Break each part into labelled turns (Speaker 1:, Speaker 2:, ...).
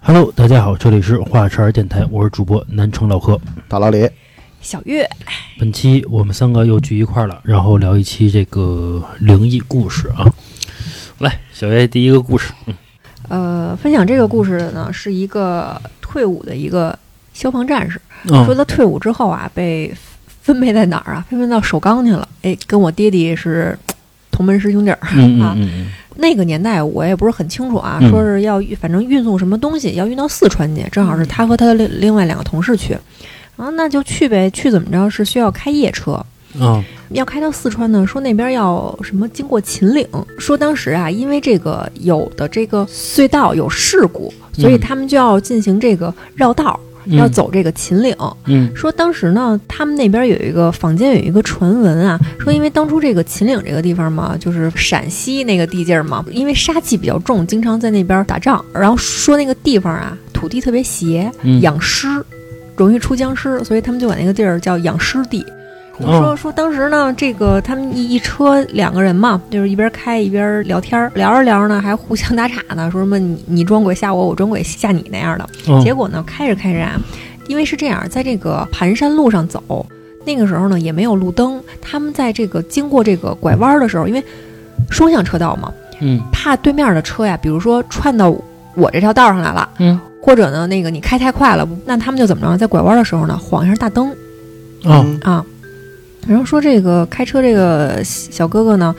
Speaker 1: Hello，大家好，这里是华晨儿电台，我是主播南城老何。
Speaker 2: 大老李，
Speaker 3: 小月，
Speaker 1: 本期我们三个又聚一块儿了，然后聊一期这个灵异故事啊。来，小月第一个故事，
Speaker 3: 呃，分享这个故事的呢是一个退伍的一个消防战士，说
Speaker 1: 嗯，
Speaker 3: 他退伍之后啊，被分配在哪儿啊？ 分配到首钢去了。哎，跟我爹爹是同门师兄弟儿。
Speaker 1: 嗯
Speaker 3: 啊
Speaker 1: 嗯嗯
Speaker 3: 那个年代我也不是很清楚啊，
Speaker 1: 嗯
Speaker 3: 说是要运反正运送什么东西要运到四川去，正
Speaker 1: 嗯
Speaker 3: 好是他和他的另另外两个同事去，然后那就去呗，去怎么着是需要开夜车，
Speaker 1: 嗯啊，
Speaker 3: 要开到四川呢，说那边要什么经过秦岭，说当时啊，因为这个有的这个隧道有事故，
Speaker 1: 嗯
Speaker 3: 所以他们就要进行这个绕道，
Speaker 1: 嗯
Speaker 3: 要，走这个秦岭。
Speaker 1: 嗯
Speaker 3: 说当时呢，他们那边有一个坊间有一个传闻啊，说因为当初这个秦岭这个地方嘛，就是陕西那个地界儿嘛，因为杀气比较重，经常在那边打仗，然后说那个地方啊土地特别邪，
Speaker 1: 嗯，
Speaker 3: 养尸，容易出僵尸，所以他们就管那个地儿叫养尸地。
Speaker 1: 哦
Speaker 3: 说说当时呢，这个他们一一车两个人嘛，就是一边开一边聊天儿，聊着聊着呢，还互相打岔呢，说什么你你装鬼吓我，我装鬼吓你那样的。
Speaker 1: 嗯
Speaker 3: 结果呢，开着开着啊，因为是这样，在这个盘山路上走，那个时候呢也没有路灯，他们在这个经过这个拐弯儿的时候，因为双向车道嘛，
Speaker 1: 嗯
Speaker 3: 怕对面的车呀，比如说串到我这条道上来了，
Speaker 1: 嗯，
Speaker 3: 或者呢，那个你开太快了，那他们就怎么着，在拐弯的时候呢，晃一下大灯
Speaker 1: 啊，
Speaker 2: 嗯
Speaker 3: 啊。然后说这个开车这个小哥哥呢，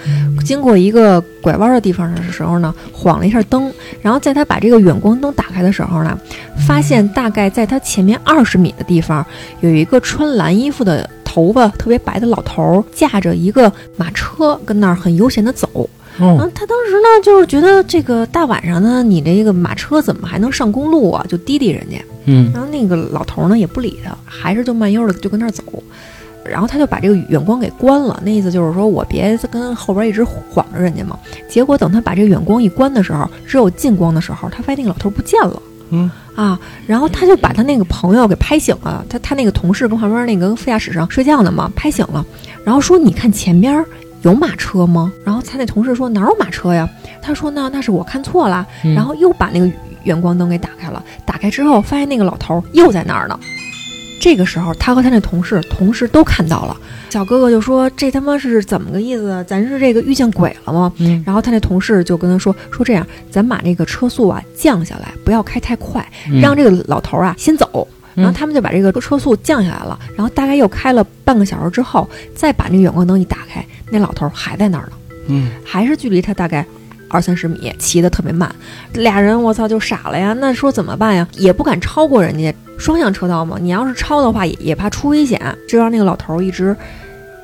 Speaker 3: 经过一个拐弯的地方的时候呢，晃了一下灯，然后在他把这个远光灯打开的时候呢，发现大概在他前面二十米的地方，有一个穿蓝衣服的头发特别白的老头儿，驾着一个马车跟那儿很悠闲的走。然
Speaker 1: 哦
Speaker 3: 嗯后他当时呢，就是觉得这个大晚上呢，你这个马车怎么还能上公路啊？就滴滴人家。
Speaker 1: 嗯
Speaker 3: 然后那个老头呢也不理他，还是就慢悠悠的就跟那儿走。然后他就把这个远光给关了，那意思就是说我别跟后边一直晃着人家嘛。结果等他把这个远光一关的时候，只有近光的时候，他发现那个老头不见了。
Speaker 2: 嗯
Speaker 3: 啊，然后他就把他那个朋友给拍醒了，他他那个同事跟旁边那个副驾驶上睡觉呢嘛，拍醒了，然后说你看前边儿有马车吗？然后他那同事说哪有马车呀？他说那那是我看错了，
Speaker 1: 嗯
Speaker 3: 然后又把那个远光灯给打开了，打开之后发现那个老头儿又在那儿呢。这个时候，他和他那同事同事都看到了，小哥哥就说：“这他妈是怎么个意思？啊咱是这个遇见鬼了吗？”
Speaker 1: 嗯
Speaker 3: 然后他那同事就跟他说：“说这样，咱把那个车速啊降下来，不要开太快，
Speaker 1: 嗯
Speaker 3: 让这个老头儿啊先走。
Speaker 1: 嗯
Speaker 3: 然后他们就把这个车速降下来了，然后大概又开了半个小时之后，再把那个远光灯一打开，那老头儿还在那儿呢，
Speaker 2: 嗯，
Speaker 3: 还是距离他大概二三十米，骑得特别慢。俩人我操就傻了呀，那说怎么办呀？也不敢超过人家双向车道嘛，你要是超的话也也怕出危险。这让那个老头儿一直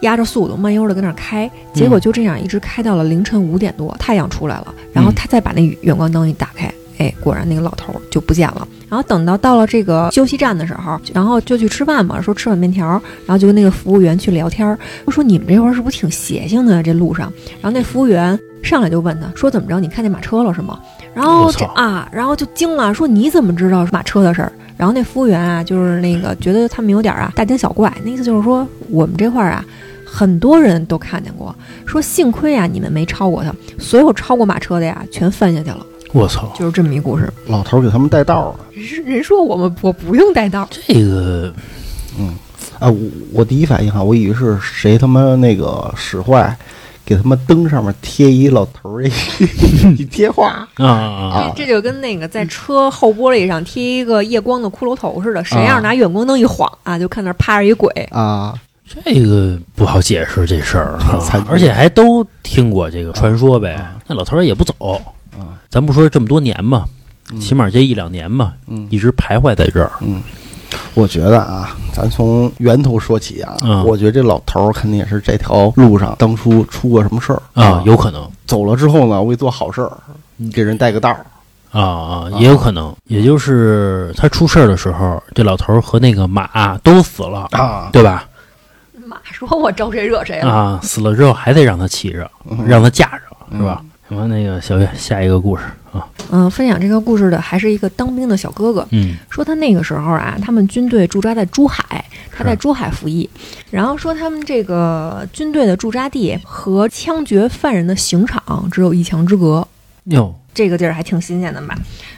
Speaker 3: 压着速度慢悠悠的跟那儿开，结果就这样一直开到了凌晨五点多，太阳出来了，然后他再把那远光灯一打开。哎，果然那个老头儿就不见了。然后等到到了这个休息站的时候，然后就去吃饭嘛，说吃碗面条儿，然后就跟那个服务员去聊天儿，说你们这块儿是不是挺邪性的呀、这路上，然后那服务员上来就问他说怎么着？你看见马车了是吗？然后
Speaker 1: 我
Speaker 3: 这
Speaker 1: 操
Speaker 3: 啊，然后就惊了，说你怎么知道是马车的事儿？然后那服务员啊，就是那个觉得他们有点啊大惊小怪，那意思就是说我们这块儿啊，很多人都看见过，说幸亏啊你们没超过他，所有超过马车的呀全翻下去了，
Speaker 1: 我操，
Speaker 3: 就是这么一故事。
Speaker 2: 老头儿给他们带道儿了。
Speaker 3: 人是人说我们我不用带道，
Speaker 1: 这个
Speaker 2: 哎，我我第一反应哈，我以为是谁他妈那个使坏，给他们灯上面贴一老头 儿一一贴画。
Speaker 1: 啊啊啊
Speaker 2: 啊
Speaker 3: 这这就跟那个在车后玻璃上贴一个夜光的骷髅头似的，谁要
Speaker 2: 啊
Speaker 3: 是拿远光灯一晃啊，就看那儿趴着一鬼。
Speaker 2: 啊，
Speaker 1: 这个不好解释这事儿 啊
Speaker 2: 残，
Speaker 1: 而且还都听过这个传说呗。那老头儿也不走
Speaker 2: 啊，
Speaker 1: 咱不说这么多年吧，起码这一两年吧，
Speaker 2: 嗯
Speaker 1: 一直徘徊在这儿。
Speaker 2: 我觉得啊，咱从源头说起啊，
Speaker 1: 嗯
Speaker 2: 我觉得这老头儿肯定也是这条路上当初出过什么事儿
Speaker 1: 啊，有可能
Speaker 2: 走了之后呢，为做好事儿，给人带个道儿。
Speaker 1: 啊啊，也有可能，也就是他出事儿的时候，这老头儿和那个马都死了
Speaker 2: 啊
Speaker 1: 对吧？
Speaker 3: 马说我招谁惹谁了？
Speaker 1: 啊，死了之后还得让他骑着，
Speaker 2: 嗯
Speaker 1: 让他驾着，是吧？嗯什么那个小月，下一个故事啊，
Speaker 3: 嗯，分享这个故事的还是一个当兵的小哥哥，
Speaker 1: 嗯
Speaker 3: 说他那个时候啊，他们军队驻扎在珠海，他
Speaker 1: 是
Speaker 3: 在珠海服役，然后说他们这个军队的驻扎地和枪决犯人的刑场只有一墙之隔。
Speaker 1: 哟，
Speaker 3: 这个地儿还挺新鲜的吧。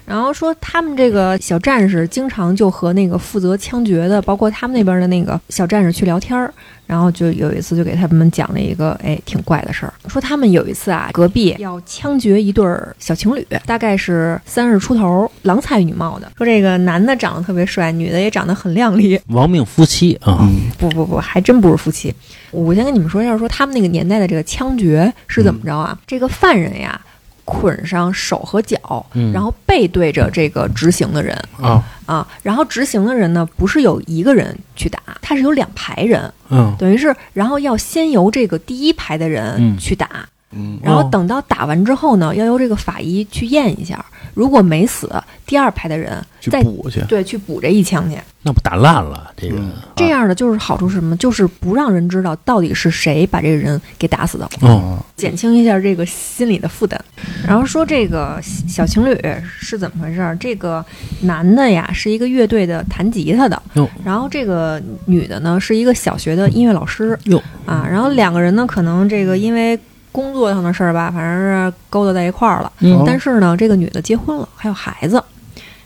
Speaker 3: 然后说他们这个小战士经常就和那个负责枪决的，包括他们那边的那个小战士去聊天儿。然后就有一次就给他们讲了一个哎挺怪的事儿，说他们有一次啊隔壁要枪决一对儿小情侣，大概是三十出头，郎才女貌的。说这个男的长得特别帅，女的也长得很靓丽，
Speaker 1: 亡命夫妻啊，
Speaker 2: 嗯，
Speaker 3: 不不不，还真不是夫妻。我先跟你们说一下，说他们那个年代的这个枪决是怎么着啊？这个犯人呀，捆上手和脚，
Speaker 1: 嗯
Speaker 3: 然后背对着这个执行的人
Speaker 1: 啊，
Speaker 3: 啊，然后执行的人呢，不是有一个人去打，他是有两排人，
Speaker 1: 嗯，
Speaker 3: 等于是，然后要先由这个第一排的人
Speaker 1: 嗯
Speaker 3: 去打，
Speaker 2: 嗯
Speaker 3: 然后
Speaker 1: 哦
Speaker 3: 等到打完之后呢，要由这个法医去验一下，如果没死，第二排的人
Speaker 2: 去
Speaker 3: 再
Speaker 2: 补去，
Speaker 3: 对去补这一枪去。
Speaker 1: 那不打烂了这个
Speaker 2: 嗯
Speaker 3: 这样的就是好处是什么？就是不让人知道到底是谁把这个人给打死的，
Speaker 1: 哦，
Speaker 3: 减轻一下这个心理的负担。然后说这个小情侣是怎么回事儿？这个男的呀是一个乐队的弹吉他的
Speaker 1: 哟，
Speaker 3: 然后这个女的呢是一个小学的音乐老师
Speaker 1: 哟
Speaker 3: 啊。然后两个人呢可能这个因为工作上的事儿吧，反正是勾搭在一块儿了。
Speaker 1: 嗯
Speaker 3: 但是呢，这个女的结婚了，还有孩子，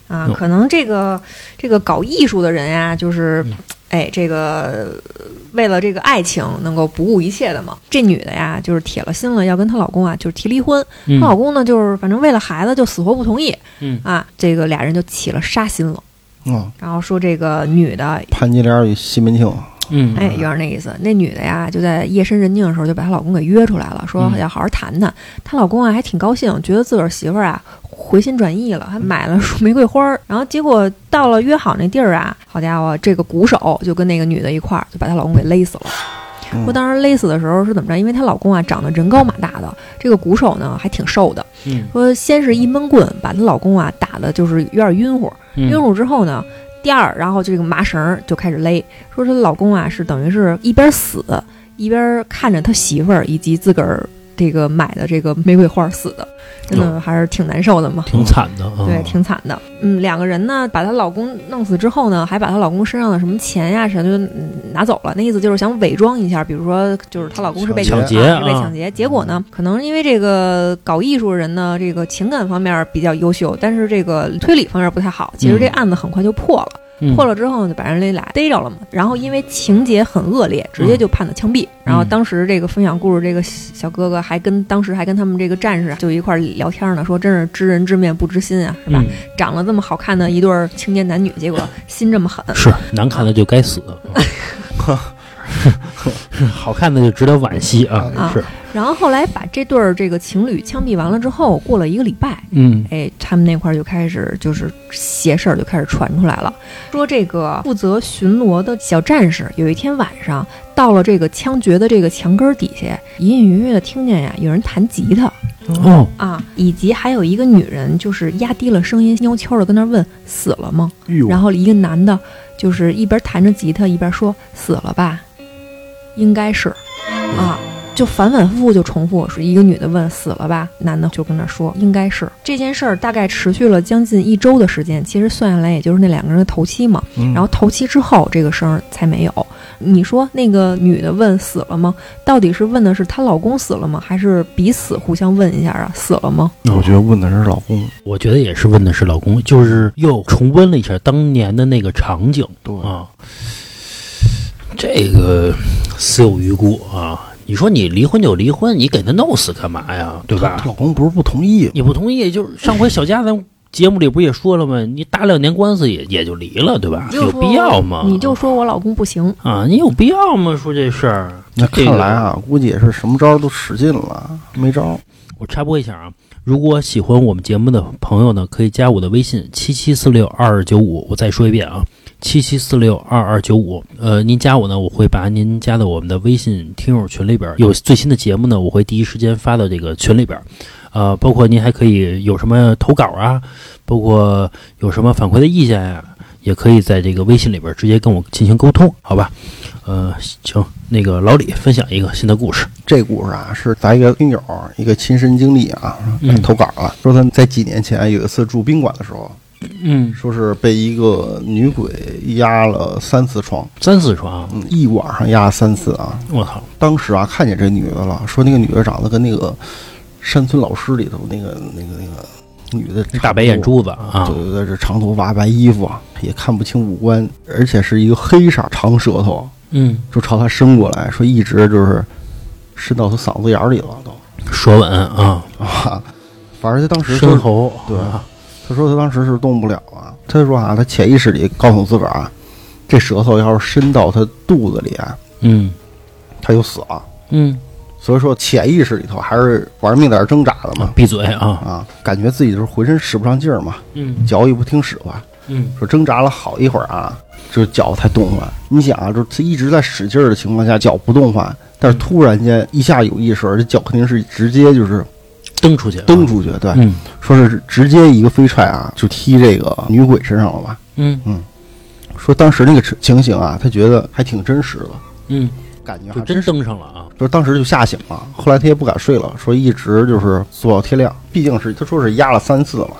Speaker 3: 啊，
Speaker 1: 哟
Speaker 3: 可能这个这个搞艺术的人呀，就是
Speaker 1: 嗯，
Speaker 3: 哎，这个呃为了这个爱情能够不顾一切的嘛。这女的呀，就是铁了心了要跟她老公啊，就是提离婚。她老
Speaker 1: 嗯
Speaker 3: 公呢，就是反正为了孩子就死活不同意
Speaker 1: 嗯
Speaker 3: 啊。这个俩人就起了杀心了，
Speaker 2: 嗯，
Speaker 3: 然后说这个女的。
Speaker 2: 潘金莲与西门庆，
Speaker 1: 嗯，
Speaker 3: 哎，有点那意思。那女的呀，就在夜深人静的时候，就把她老公给约出来了，说
Speaker 1: 嗯
Speaker 3: 要好好谈谈。她老公啊，还挺高兴，觉得自个儿媳妇儿啊回心转意了，还买了束玫瑰花儿。然后结果到了约好那地儿啊，好家伙，这个鼓手就跟那个女的一块儿，就把她老公给勒死了。
Speaker 2: 嗯
Speaker 3: 说当时勒死的时候是怎么着？因为她老公啊长得人高马大的，这个鼓手呢还挺瘦的。
Speaker 1: 嗯，
Speaker 3: 说先是一闷棍把她老公啊打的就是有点晕乎，
Speaker 1: 嗯
Speaker 3: 晕乎之后呢，第二，然后这个麻绳儿就开始勒，说她老公啊是等于是一边死一边看着他媳妇儿以及自个儿这个买的这个玫瑰花儿死的，真的还是挺难受的嘛。
Speaker 1: 挺惨的啊，
Speaker 3: 对，挺惨的。嗯，两个人呢，把她老公弄死之后呢，还把她老公身上的什么钱呀、啥的就嗯拿走了。那意思就是想伪装一下，比如说就是她老公是被
Speaker 2: 抢
Speaker 1: 劫
Speaker 3: 啊是被
Speaker 1: 啊
Speaker 3: 抢劫。结果呢，可能因为这个搞艺术的人呢，这个情感方面比较优秀，但是这个推理方面不太好。其实这
Speaker 1: 嗯
Speaker 3: 案子很快就破了，
Speaker 1: 嗯
Speaker 3: 破了之后就把人那俩逮着了嘛。然后因为情节很恶劣，
Speaker 1: 嗯
Speaker 3: 直接就判了枪毙。然后当时这个分享故事这个小哥哥还跟当时还跟他们这个战士啊就一块儿聊天呢，说真是知人知面不知心啊，是吧？
Speaker 1: 嗯
Speaker 3: 长了这么好看的一对儿青年男女，结果心这么狠，
Speaker 1: 是难看的就该 死，好看的就值得惋惜啊，
Speaker 3: 啊
Speaker 1: 是，
Speaker 3: 然后后来把这对儿这个情侣枪毙完了之后，过了一个礼拜，
Speaker 1: 嗯
Speaker 3: 哎，他们那块儿就开始就是邪事儿就开始传出来了，说这个负责巡逻的小战士有一天晚上到了这个枪决的这个墙根儿底下，隐隐约约的听见呀有人弹吉他
Speaker 1: 哦，
Speaker 3: 啊，以及还有一个女人就是压低了声音悄悄的跟那儿问死了吗？
Speaker 2: 哟
Speaker 3: 然后一个男的就是一边弹着吉他一边说死了吧，应该是
Speaker 1: 嗯
Speaker 3: 啊。就反反复复就重复，说一个女的问死了吧，男的就跟那说应该是这件事儿，大概持续了将近一周的时间，其实算下来也就是那两个人的头七嘛。
Speaker 2: 嗯
Speaker 3: 然后头七之后这个声儿才没有。你说那个女的问死了吗？到底是问的是她老公死了吗，还是彼此互相问一下啊，死了吗？
Speaker 1: 哦
Speaker 2: 我觉得问的是老公，
Speaker 1: 我觉得也是问的是老公，就是又重温了一下当年的那个场景
Speaker 2: 对
Speaker 1: 啊，这个死有余辜啊，你说你离婚就离婚，你给他弄死干嘛呀，对吧
Speaker 2: 她？老公不是不同意吗，
Speaker 1: 你不同意，就是上回小佳咱节目里不也说了吗？你打两年官司也也就离了，对吧？
Speaker 3: 你就
Speaker 1: 有
Speaker 3: 说
Speaker 1: 必要吗？
Speaker 3: 你就说我老公不行，
Speaker 1: 啊，你有必要吗？说这事儿？
Speaker 2: 那
Speaker 1: 这
Speaker 2: 看
Speaker 1: 个
Speaker 2: 来啊，估计也是什么招儿都使尽了，没招儿。
Speaker 1: 我插播一下啊，如果喜欢我们节目的朋友呢，可以加我的微信七七四六二二九五。我再说一遍啊，七七四六二二九五。呃，您加我呢，我会把您加到我们的微信听友群里边儿，有最新的节目呢，我会第一时间发到这个群里边儿。呃，包括您还可以有什么投稿啊，包括有什么反馈的意见呀、也可以在这个微信里边儿直接跟我进行沟通，好吧？呃，行，那个老李分享一个新的故事，
Speaker 2: 这故事啊，是咱一个听友一个亲身经历啊，
Speaker 1: 嗯
Speaker 2: 投稿了，说他在几年前有一次住宾馆的时候，
Speaker 1: 嗯，
Speaker 2: 说是被一个女鬼压了三次床，
Speaker 1: 三四床，
Speaker 2: 嗯，一晚上压了三次啊。
Speaker 1: 我操！
Speaker 2: 当时啊，看见这女的了，说那个女的长得跟那个山村老师里头那个那个那个女的
Speaker 1: 那大白眼珠子
Speaker 2: 对
Speaker 1: 啊，
Speaker 2: 对对，这长头发、白衣服，也看不清五官，而且是一个黑色长舌头，
Speaker 1: 嗯，
Speaker 2: 就朝他伸过来，说一直就是伸到他嗓子眼儿里了都
Speaker 1: 舌吻啊，
Speaker 2: 啊。反正他当时
Speaker 1: 深
Speaker 2: 说，
Speaker 1: 喉，
Speaker 2: 对
Speaker 1: 啊
Speaker 2: 他说他当时是动不了啊。他说啊，他潜意识里告诉自个儿啊，这舌头要是伸到他肚子里啊，
Speaker 1: 嗯
Speaker 2: 他就死了。
Speaker 1: 嗯，
Speaker 2: 所以说潜意识里头还是玩命在这挣扎的嘛
Speaker 1: 闭嘴啊，
Speaker 2: 啊，感觉自己就是浑身使不上劲儿嘛，
Speaker 1: 嗯
Speaker 2: 脚也不听使唤，
Speaker 1: 嗯
Speaker 2: 说挣扎了好一会儿啊，这脚才动唤。你想啊，就是他一直在使劲儿的情况下，脚不动唤，但是突然间一下有意识，这脚肯定是直接就是
Speaker 1: 蹬出去，
Speaker 2: 蹬，出去，对，
Speaker 1: 嗯
Speaker 2: 说是直接一个飞踹啊，就踢这个女鬼身上了吧。
Speaker 1: 嗯
Speaker 2: 说当时那个情形啊，他觉得还挺真实的，
Speaker 1: 嗯，
Speaker 2: 感觉
Speaker 1: 就
Speaker 2: 还
Speaker 1: 真
Speaker 2: 真是。
Speaker 1: 蹬上了啊，
Speaker 2: 就是当时就吓醒了，后来他也不敢睡了，说一直就是做到天亮。毕竟是他说是压了三次嘛，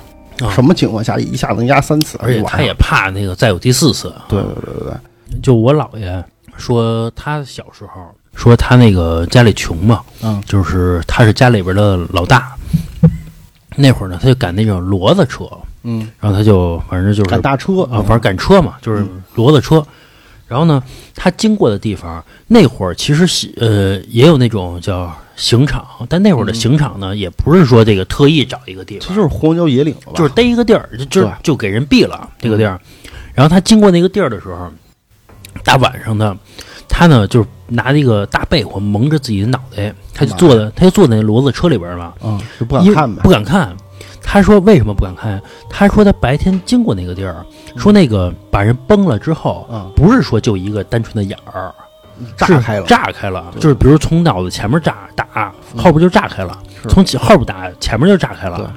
Speaker 1: 啊
Speaker 2: 什么情况下一下能压三次？
Speaker 1: 而且
Speaker 2: 晚
Speaker 1: 他
Speaker 2: 上
Speaker 1: 也怕那个再有第四次，啊
Speaker 2: 对对对对对，
Speaker 1: 就我姥爷说，他小时候说他那个家里穷嘛，
Speaker 2: 嗯
Speaker 1: 就是他是家里边的老大。那会儿呢，他就赶那种骡子车，
Speaker 2: 嗯，
Speaker 1: 然后他就反正就是
Speaker 2: 赶大车
Speaker 1: 啊，反正赶车嘛，就是骡子车。然后呢，他经过的地方，那会儿其实喜呃也有那种叫刑场，但那会儿的刑场呢，也不是说这个特意找一个地
Speaker 2: 这
Speaker 1: 方
Speaker 2: 就，是荒郊野岭了吧？
Speaker 1: 就是嗯逮一个地儿，就就
Speaker 2: 对
Speaker 1: 就给人毙了这个地儿。然后他经过那个地儿的时候，大晚上的，他呢就是拿那个大被窝蒙着自己的脑袋，他就坐在他就坐在那骡子车里边了，
Speaker 2: 嗯，就不
Speaker 1: 不
Speaker 2: 敢看呗，
Speaker 1: 不敢看。他说为什么不敢看？他说他白天经过那个地儿，
Speaker 2: 嗯
Speaker 1: 说那个把人崩了之后，
Speaker 2: 啊，
Speaker 1: 不是说就一个单纯的眼儿，
Speaker 2: 炸开了，
Speaker 1: 是炸开了，
Speaker 2: 对
Speaker 1: 就是比如从脑子前面炸打，
Speaker 2: 嗯
Speaker 1: 后边就炸开了，
Speaker 2: 是
Speaker 1: 从前后边打，前面就炸开
Speaker 2: 对
Speaker 1: 了。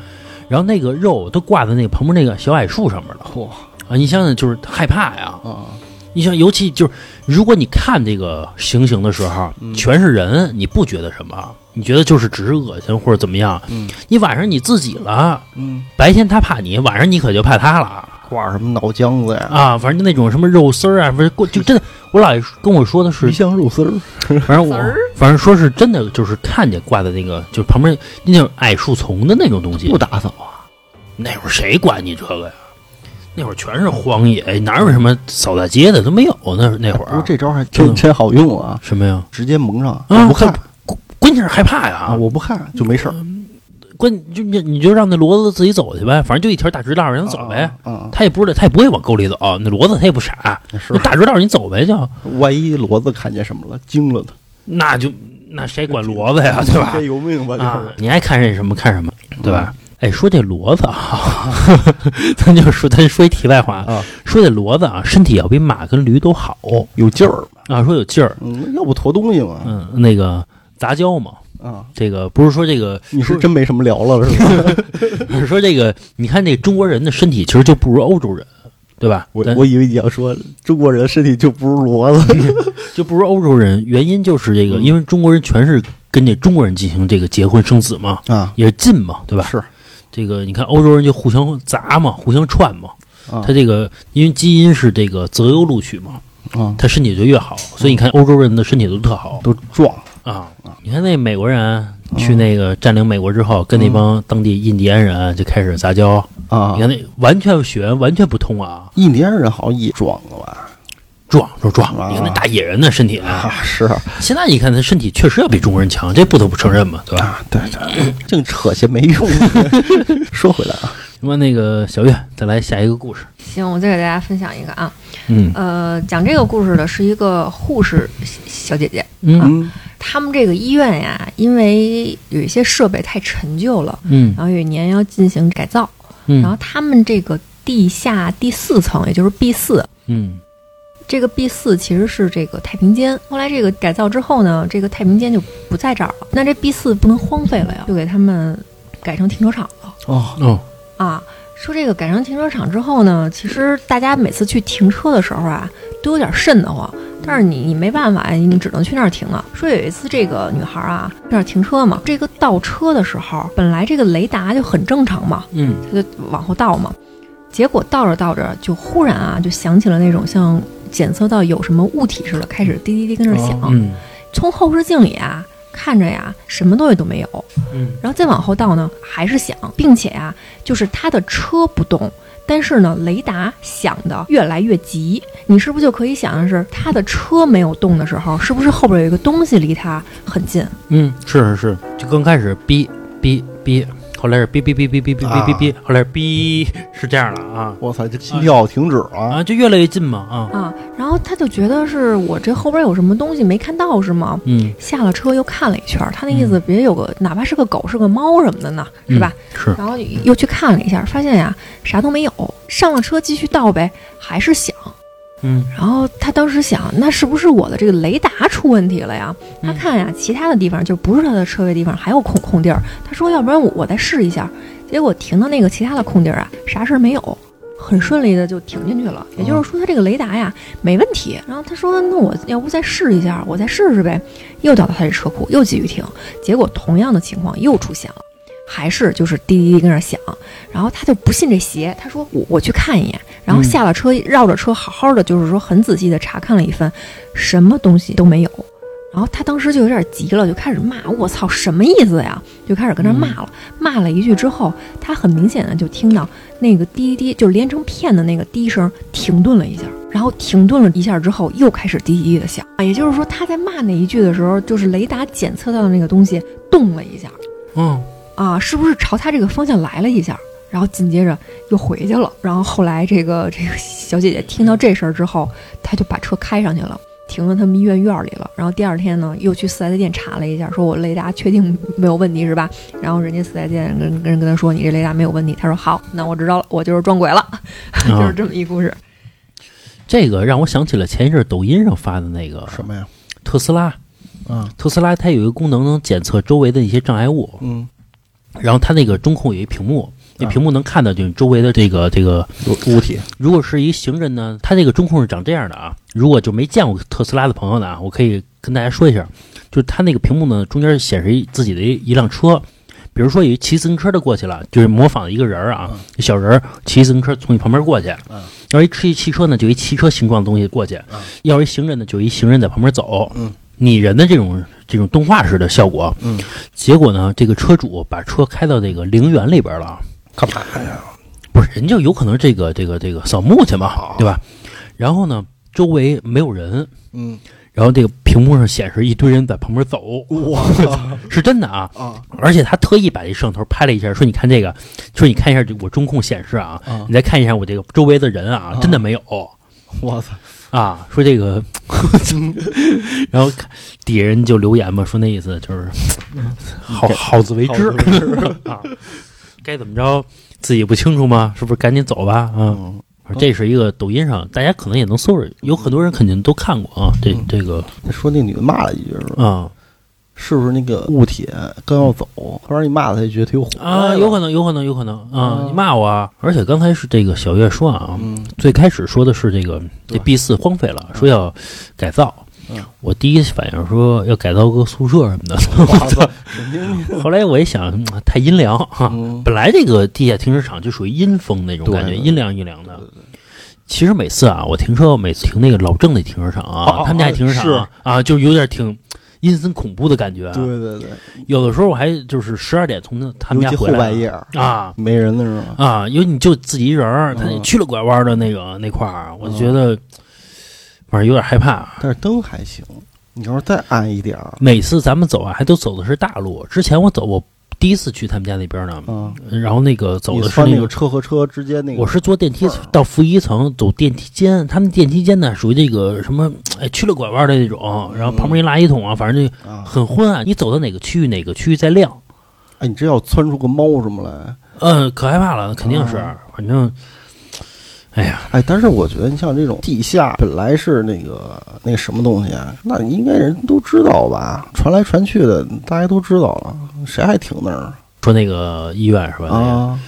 Speaker 1: 然后那个肉都挂在那个旁边那个小矮树上面了
Speaker 2: 嚯
Speaker 1: 啊！你想想，就是害怕呀！
Speaker 2: 啊，
Speaker 1: 你想，尤其就是如果你看这个行刑的时候，
Speaker 2: 嗯
Speaker 1: 全是人，你不觉得什么？你觉得就是只是恶心或者怎么样？
Speaker 2: 嗯
Speaker 1: 你晚上你自己了，
Speaker 2: 嗯，
Speaker 1: 白天他怕你，晚上你可就怕他了。
Speaker 2: 挂什么脑浆子呀，
Speaker 1: 啊，反正就那种什么肉丝儿啊，不是过就真的，我姥爷跟我说的是
Speaker 2: 鱼，香肉丝儿，
Speaker 1: 反正
Speaker 3: 丝
Speaker 1: 我
Speaker 3: 儿
Speaker 1: 反正说是真的，就是看见挂在那个就是旁边那种矮树丛的那种东西。
Speaker 2: 不打扫啊，
Speaker 1: 那会儿谁管你这个呀？那会儿全是荒野，哪有什么扫大街的都没有。那那会
Speaker 2: 不过
Speaker 1: 儿
Speaker 2: 这招还
Speaker 1: 嗯
Speaker 2: 真真好用啊，
Speaker 1: 什么呀？
Speaker 2: 直接蒙上，
Speaker 1: 啊
Speaker 2: 我不看
Speaker 1: 关键是害怕呀
Speaker 2: 啊，！我不看就没事儿，
Speaker 1: 关就你你就让那骡子自己走去呗，反正就一条大直道让它走呗。
Speaker 2: 啊，啊，
Speaker 1: 他也不是他也不会往沟里走，那骡子他也不傻，
Speaker 2: 啊是
Speaker 1: 那，大直道你走呗就，
Speaker 2: 万一骡子看见什么了，惊了他，
Speaker 1: 那就那谁管骡子啊呀，对吧
Speaker 2: 这？有命吧，
Speaker 1: 啊
Speaker 2: 就是，
Speaker 1: 你爱看什么看什么，对吧？哎，说这骡子 啊，咱就说咱说一题外话，
Speaker 2: 啊，
Speaker 1: 说这骡子啊，身体要比马跟驴都好
Speaker 2: 有劲儿嘛，
Speaker 1: 啊，说有劲儿，
Speaker 2: 嗯，要不驮东西嘛，
Speaker 1: 嗯，那个杂交嘛，
Speaker 2: 啊，
Speaker 1: 这个不是嗯说这个，
Speaker 2: 你是真没什么聊了是 吧？
Speaker 1: 是说这个，你看这中国人的身体其实就不如欧洲人，对嗯吧？
Speaker 2: 我
Speaker 1: 咱
Speaker 2: 我以为你要说中国人身体就不如骡子，
Speaker 1: 就不如欧洲人，原因就是这个，
Speaker 2: 嗯
Speaker 1: 因为中国人全是跟这中国人进行这个结婚生子嘛，
Speaker 2: 啊，
Speaker 1: 也是近嘛，对吧？
Speaker 2: 是
Speaker 1: 这个你看欧洲人就互相砸嘛，互相串嘛。
Speaker 2: 啊
Speaker 1: 他这个因为基因是这个择优录取嘛，
Speaker 2: 啊，
Speaker 1: 他身体就越好，所以你看欧洲人的身体都特好
Speaker 2: 都壮，
Speaker 1: 啊。你看那美国人去那个占领美国之后，跟那帮当地印第安人就开始杂交，
Speaker 2: 啊
Speaker 1: 你，看那完全血缘完全不通啊，
Speaker 2: 印第安人好像也壮了吧？
Speaker 1: 壮就壮
Speaker 2: 啊
Speaker 1: 你看那大野人的身体，
Speaker 2: 啊，是
Speaker 1: 现在一看他身体确实要比中国人强，这不得不承认嘛，对吧？
Speaker 2: 啊，对对，净扯些没用 的。说回来啊，
Speaker 1: 那么那个小月，再来下一个故事，
Speaker 3: 行，我再给大家分享一个啊，
Speaker 1: 嗯
Speaker 3: 呃，讲这个故事的是一个护士小姐姐，
Speaker 1: 嗯
Speaker 2: 嗯
Speaker 3: 他们这个医院呀，因为有一些设备太陈旧了，
Speaker 1: 嗯
Speaker 3: 然后有一年要进行改造，然后
Speaker 1: 嗯
Speaker 3: 他们这个地下第四层，也就是 B 四。
Speaker 1: 嗯
Speaker 3: 这个 B 四其实是这个太平间，后来这个改造之后呢，这个太平间就不在这儿了。那这 B 四不能荒废了呀，就给他们改成停车场了
Speaker 2: 哦，
Speaker 1: 哦
Speaker 3: 啊。说这个改成停车场之后呢，其实大家每次去停车的时候啊，都有点瘆得慌。但是你你没办法呀，你只能去那儿停啊。说有一次这个女孩啊，那儿停车嘛，这个倒车的时候，本来这个雷达就很正常嘛，
Speaker 1: 嗯
Speaker 3: 他就往后倒嘛。结果倒着倒着，就忽然啊，就响起了那种像检测到有什么物体似的，开始滴滴滴跟那儿响。
Speaker 1: 嗯
Speaker 3: 从后视镜里啊，看着呀什么东西都没有，
Speaker 1: 嗯
Speaker 3: 然后再往后倒呢，还是响，并且呀、就是它的车不动，但是呢，雷达响的越来越急。你是不是就可以想象是它的车没有动的时候，是不是后边有一个东西离它很近？
Speaker 1: 嗯，是是是，就刚开始哔哔哔，后来是哔哔哔哔哔哔哔哔哔，后来是哔是这样的啊
Speaker 2: 我操，这心跳停止了。
Speaker 1: 啊，就越来越近嘛啊，
Speaker 3: 啊，然后他就觉得是我这后边有什么东西没看到是吗？
Speaker 1: 嗯
Speaker 3: 下了车又看了一圈儿，他那意思别有个、哪怕是个狗是个猫什么的呢，是吧？
Speaker 1: 是，
Speaker 3: 然后又去看了一下，发现呀啥都没有。上了车继续倒呗，还是响。
Speaker 1: 嗯
Speaker 3: 然后他当时想，那是不是我的这个雷达出问题了呀？他
Speaker 1: 嗯
Speaker 3: 看呀，其他的地方就不是他的车位地方还有空空地儿，他说要不然我我再试一下。结果停到那个其他的空地儿啊，啥事儿没有，很顺利的就停进去了。也就是说，他这个雷达呀没问题。然后他说，那我要不再试一下，我再试试呗。又找到他这车库，又继续停。结果同样的情况又出现了。还是就是滴滴滴跟那儿响，然后他就不信这邪，他说我我去看一眼，然后
Speaker 1: 嗯
Speaker 3: 下了车，绕着车好好的，就是说很仔细的查看了一番，什么东西都没有。然后他当时就有点急了，就开始骂：“我操，什么意思呀？”就开始跟那儿骂了。骂了一句之后，他很明显的就听到那个滴滴，就连成片的那个滴声停顿了一下，然后停顿了一下之后，又开始滴滴的响。啊也就是说，他在骂那一句的时候，就是雷达检测到的那个东西动了一下，
Speaker 1: 嗯
Speaker 3: 啊，是不是朝他这个方向来了一下？然后紧接着又回去了。然后后来这个这个小姐姐听到这事儿之后，她就把车开上去了，停到他们医院院儿里了。然后第二天呢，又去四 S 店查了一下，说我雷达确定没有问题是吧？然后人家四 S 店跟跟人跟他说你这雷达没有问题，他说好，那我知道了，我就是撞鬼了，就是这么一故事。
Speaker 1: 这个让我想起了前一阵抖音上发的那个
Speaker 2: 什么呀？
Speaker 1: 特斯拉，
Speaker 2: 啊，
Speaker 1: 特斯拉它有一个功能能检测周围的一些障碍物，
Speaker 2: 嗯，
Speaker 1: 然后它那个中控有一屏幕，那
Speaker 2: 啊
Speaker 1: 屏幕能看到就是周围的这个这个，
Speaker 2: 物体
Speaker 1: 如果是一行人呢，它这个中控是长这样的啊。如果就没见过特斯拉的朋友呢啊，我可以跟大家说一下，就是它那个屏幕呢中间显示一自己的一一辆车，比如说有一骑自行车的过去了，就是模仿一个人儿
Speaker 2: 嗯
Speaker 1: 啊，小人儿骑自行车从你旁边过去，要是一汽汽车呢，就一汽车形状的东西过去；要是一行人呢，就一行人在旁边走。
Speaker 2: 嗯，
Speaker 1: 拟人的这种这种动画式的效果。
Speaker 2: 嗯，
Speaker 1: 结果呢，这个车主把车开到这个陵园里边了，
Speaker 2: 干嘛呀？
Speaker 1: 不是人就有可能这个这个这个扫墓去嘛
Speaker 2: 哦，
Speaker 1: 对吧？然后呢，周围没有人，
Speaker 2: 嗯，
Speaker 1: 然后这个屏幕上显示一堆人在旁边走，
Speaker 2: 我
Speaker 1: 是真的啊！
Speaker 2: 啊
Speaker 1: 而且他特意把这摄像头拍了一下，说你看这个，说你看一下这我中控显示啊，
Speaker 2: 啊！
Speaker 1: 你再看一下我这个周围的人啊，
Speaker 2: 啊
Speaker 1: 真的没有。
Speaker 2: 我操！
Speaker 1: 啊，说这个，然后看底下人就留言嘛，说那意思就是
Speaker 2: 嗯
Speaker 1: 好好自为之 啊，该怎么着自己不清楚吗？是不是赶紧走吧？啊，
Speaker 2: 嗯，
Speaker 1: 这是一个抖音上，大家可能也能搜着，有很多人肯定都看过啊。这
Speaker 2: 嗯
Speaker 1: 这个
Speaker 2: 说那女的骂了一句是吧？
Speaker 1: 啊
Speaker 2: 是不是那个物体刚要走，突然一骂她，她就觉得她有火
Speaker 1: 啊，有可能，有可能，有可能啊！
Speaker 2: 嗯
Speaker 1: 你骂我啊！而且刚才是这个小月说啊，
Speaker 2: 嗯
Speaker 1: 最开始说的是这个这
Speaker 2: 对
Speaker 1: B 四荒废了，说要改造
Speaker 2: 嗯。
Speaker 1: 我第一反应说要改造个宿舍什么的，
Speaker 2: 我操，神经病！
Speaker 1: 后来我一想，嗯太阴凉哈、
Speaker 2: 嗯
Speaker 1: 本来这个地下停车场就属于阴风那种感觉，
Speaker 2: 对对
Speaker 1: 阴凉阴凉的。其实每次啊，我停车，每次停那个老郑那停车场啊，
Speaker 2: 哦哦
Speaker 1: 他们家停车场啊，啊就有点挺阴森恐怖的感觉、啊。
Speaker 2: 对对对，
Speaker 1: 有的时候我还就是十二点从那他们
Speaker 2: 尤
Speaker 1: 家
Speaker 2: 其后
Speaker 1: 回来
Speaker 2: 半
Speaker 1: 啊
Speaker 2: 夜
Speaker 1: 啊
Speaker 2: 没人的时候，
Speaker 1: 啊，因为你就自己一人儿，他
Speaker 2: 嗯
Speaker 1: 也去了拐弯的那个那块儿，啊我就觉得反正有点害怕。
Speaker 2: 但是灯还行。你要是再暗一点儿，
Speaker 1: 每次咱们走啊，还都走的是大路。之前我走，我第一次去他们家那边呢，
Speaker 2: 嗯，
Speaker 1: 然后那个走
Speaker 2: 你
Speaker 1: 的是
Speaker 2: 穿
Speaker 1: 那
Speaker 2: 那
Speaker 1: 个
Speaker 2: 个车和车之间那个，啊
Speaker 1: 我是坐电梯
Speaker 2: 缝儿
Speaker 1: 到负一层，走电梯间，他们电梯间呢属于这个什么，哎，去了拐弯的那种，然后旁边一垃圾桶啊，反正就
Speaker 2: 嗯啊，
Speaker 1: 很昏暗。你走到哪个区域，哪个区域再亮，
Speaker 2: 哎，你这要窜出个猫什么来？
Speaker 1: 嗯、可害怕了，肯定是
Speaker 2: 啊，
Speaker 1: 反正，哎呀，
Speaker 2: 哎，但是我觉得你像这种地下本来是那个那个什么东西啊，那应该人都知道吧？传来传去的，大家都知道了，谁还停那儿
Speaker 1: 说那个医院是吧？那个
Speaker 2: 啊？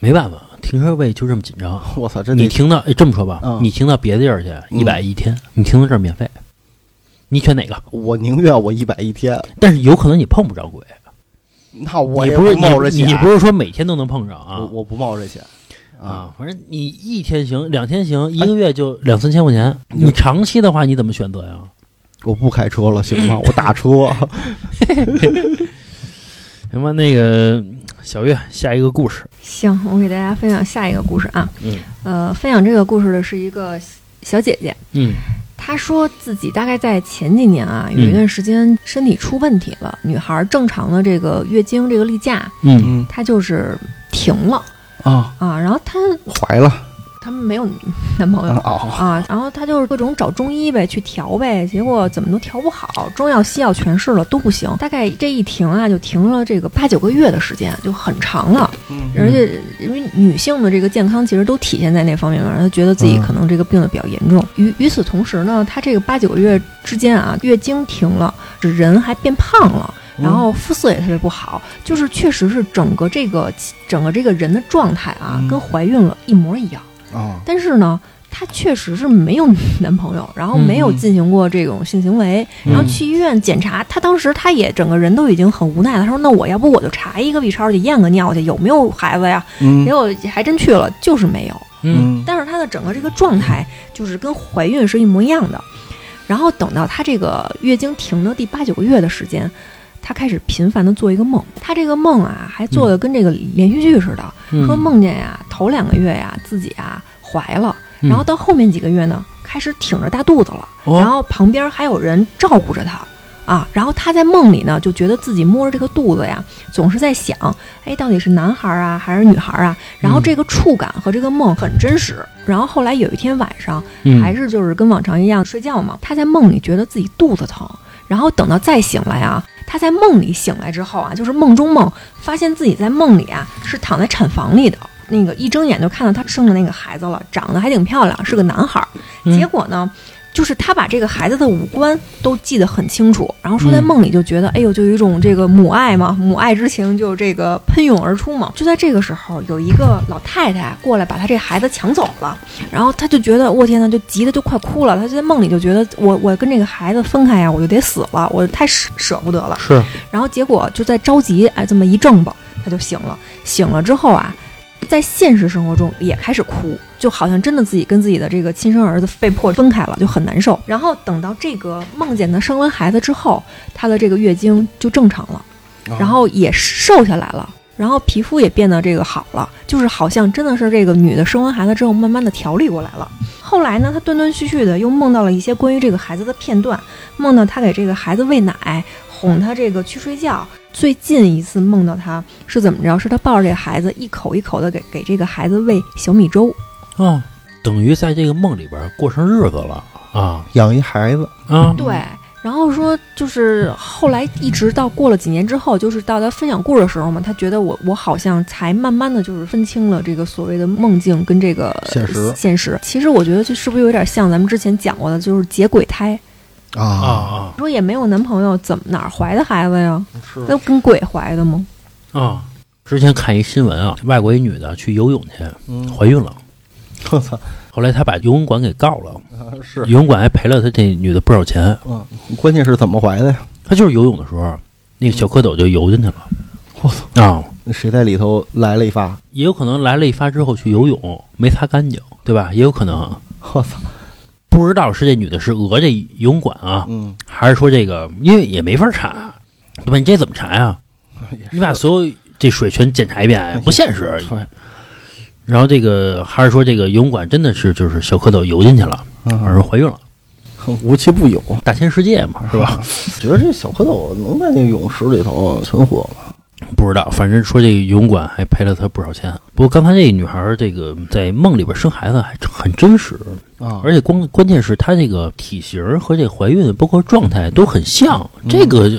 Speaker 1: 没办法，停车位就这么紧张。
Speaker 2: 我操，真
Speaker 1: 你
Speaker 2: 的
Speaker 1: 停到，哎，这么说吧，
Speaker 2: 嗯
Speaker 1: 你停到别的地儿去，一百一天，你停到这儿免费，你选哪个？
Speaker 2: 我宁愿我一百一天，
Speaker 1: 但是有可能你碰不着鬼，
Speaker 2: 那我
Speaker 1: 你
Speaker 2: 也
Speaker 1: 不是
Speaker 2: 冒这
Speaker 1: 你
Speaker 2: 钱，
Speaker 1: 你不是说每天都能碰着啊？
Speaker 2: 我我不冒这钱啊，
Speaker 1: 啊，反哎正你一天行，两天行，一个月就两三千块钱。你长期的话，你怎么选择呀？
Speaker 2: 我不开车了，行吗？我打车，
Speaker 1: 行吧，那个小月，下一个故事，
Speaker 3: 行，我给大家分享下一个故事啊。
Speaker 1: 嗯，
Speaker 3: 呃，分享这个故事的是一个小姐姐，
Speaker 1: 嗯
Speaker 3: 她说自己大概在前几年啊，有
Speaker 1: 嗯
Speaker 3: 一段时间身体出问题了，女孩正常的这个月经这个例假，
Speaker 1: 嗯
Speaker 2: 嗯
Speaker 3: 她就是停了
Speaker 2: 啊，
Speaker 3: 啊。然后她
Speaker 2: 怀了
Speaker 3: 她没有男朋友。
Speaker 2: 啊，
Speaker 3: 啊，然后她就是各种找中医呗，去调呗，结果怎么都调不好，中药西药全试了都不行，大概这一停啊，就停了这个八九个月的时间，就很长了。
Speaker 2: 嗯
Speaker 3: 而且因为女性的这个健康其实都体现在那方面嘛，她觉得
Speaker 2: 嗯
Speaker 3: 自己可能这个病的比较严重。与与此同时呢，她这个八九个月之间啊，月经停了，这人还变胖了。然
Speaker 2: 哦
Speaker 3: 后肤色也特别不好，就是确实是整个这个整个这个人的状态啊，
Speaker 2: 嗯
Speaker 3: 跟怀孕了一模一样。
Speaker 2: 啊，
Speaker 3: 但是呢，她确实是没有 男朋友，然后没有
Speaker 2: 嗯
Speaker 3: 进行过这种性行为，然后
Speaker 1: 嗯
Speaker 3: 去医院检查，她当时她也整个人都已经很无奈了，她说：“那我要不我就查一个 B 超去验个尿去，有没有孩子呀？”
Speaker 2: 嗯
Speaker 3: 结果还真去了，就是没有。
Speaker 1: 嗯
Speaker 3: 但是她的整个这个状态就是跟怀孕是一模一样的。然后等到她这个月经停的第八九个月的时间，她开始频繁的做一个梦。她这个梦啊，还做的跟这个连续剧似的，
Speaker 1: 嗯，
Speaker 3: 说梦见呀、头两个月呀、自己啊怀了，
Speaker 1: 嗯，
Speaker 3: 然后到后面几个月呢，开始挺着大肚子了，
Speaker 1: 哦
Speaker 3: 然后旁边还有人照顾着她。啊，然后她在梦里呢，就觉得自己摸着这个肚子呀，总是在想，哎，到底是男孩啊还是女孩啊？然后
Speaker 1: 嗯
Speaker 3: 这个触感和这个梦很真实。然后后来有一天晚上，
Speaker 1: 嗯
Speaker 3: 还是就是跟往常一样睡觉嘛，她在梦里觉得自己肚子疼，然后等到再醒来啊，她在梦里醒来之后啊，就是梦中梦，发现自己在梦里啊是躺在产房里的，那个一睁眼就看到她生的那个孩子了，长得还挺漂亮，是个男孩儿。
Speaker 1: 嗯
Speaker 3: 结果呢，就是她把这个孩子的五官都记得很清楚，然后说在
Speaker 1: 嗯
Speaker 3: 梦里就觉得，哎呦，就有一种这个母爱嘛，母爱之情就这个喷涌而出嘛。就在这个时候，有一个老太太过来把她这孩子抢走了，然后她就觉得，我天呐，就急得就快哭了。她就在梦里就觉得，我我跟这个孩子分开呀，我就得死了，我太舍舍不得了。
Speaker 2: 是
Speaker 3: 然后结果就在着急，哎，这么一挣吧，她就醒了。醒了之后啊，在现实生活中也开始哭，就好像真的自己跟自己的这个亲生儿子被迫分开了，就很难受。然后等到这个梦见她生完孩子之后，她的这个月经就正常了，然后也瘦下来了。然后皮肤也变得这个好了，就是好像真的是这个女的生完孩子之后，慢慢的调理过来了。后来呢，她断断续续的又梦到了一些关于这个孩子的片段，梦到她给这个孩子喂奶，哄她这个去睡觉。最近一次梦到她是怎么着？是她抱着这个孩子一口一口的给给这个孩子喂小米粥。
Speaker 1: 哦，等于在这个梦里边过上日子了啊
Speaker 2: 养一孩子，
Speaker 1: 啊，
Speaker 3: 对，然后说就是后来一直到过了几年之后，就是到她分享故事的时候嘛，她觉得我我好像才慢慢的就是分清了这个所谓的梦境跟这个
Speaker 2: 现实
Speaker 3: 现实，其实我觉得这是不是有点像咱们之前讲过的，就是结鬼胎？
Speaker 1: 啊
Speaker 2: 啊，
Speaker 1: 啊
Speaker 3: 说也没有男朋友，怎么哪儿怀的孩子呀？
Speaker 2: 是
Speaker 3: 那跟鬼怀的吗？
Speaker 1: 啊！之前看一新闻啊，外国一女的去游泳去，
Speaker 2: 嗯，
Speaker 1: 怀孕了，
Speaker 2: 我操，
Speaker 1: 后来她把游泳馆给告了，
Speaker 2: 啊是
Speaker 1: 游，泳馆还赔了她这女的不少钱。
Speaker 2: 嗯，关键是怎么怀的呀？
Speaker 1: 她就是游泳的时候，那个小蝌蚪就游进去了
Speaker 2: 我操，
Speaker 1: 啊，
Speaker 2: 谁在里头来了一发？
Speaker 1: 也有可能来了一发之后去游泳没擦干净，对吧？也有可能
Speaker 2: 我操，
Speaker 1: 不知道是这女的是讹这游泳馆啊，
Speaker 2: 嗯，
Speaker 1: 还是说这个因为也没法查，对吧？你这怎么查呀、你把所有这水全检查一遍，不现实。然后这个还是说这个游泳馆真的是就是小蝌蚪游进去了，
Speaker 2: 嗯
Speaker 1: 而是怀孕了，
Speaker 2: 无奇不有，
Speaker 1: 大千世界嘛，是吧？
Speaker 2: 觉得这小蝌蚪能在那泳池里头存活吗？
Speaker 1: 不知道，反正说这个游泳馆还赔了她不少钱。不过刚才这女孩儿这个在梦里边生孩子还很真实，
Speaker 2: 啊
Speaker 1: 而且关关键是她这个体型儿和这怀孕包括状态都很像，这个就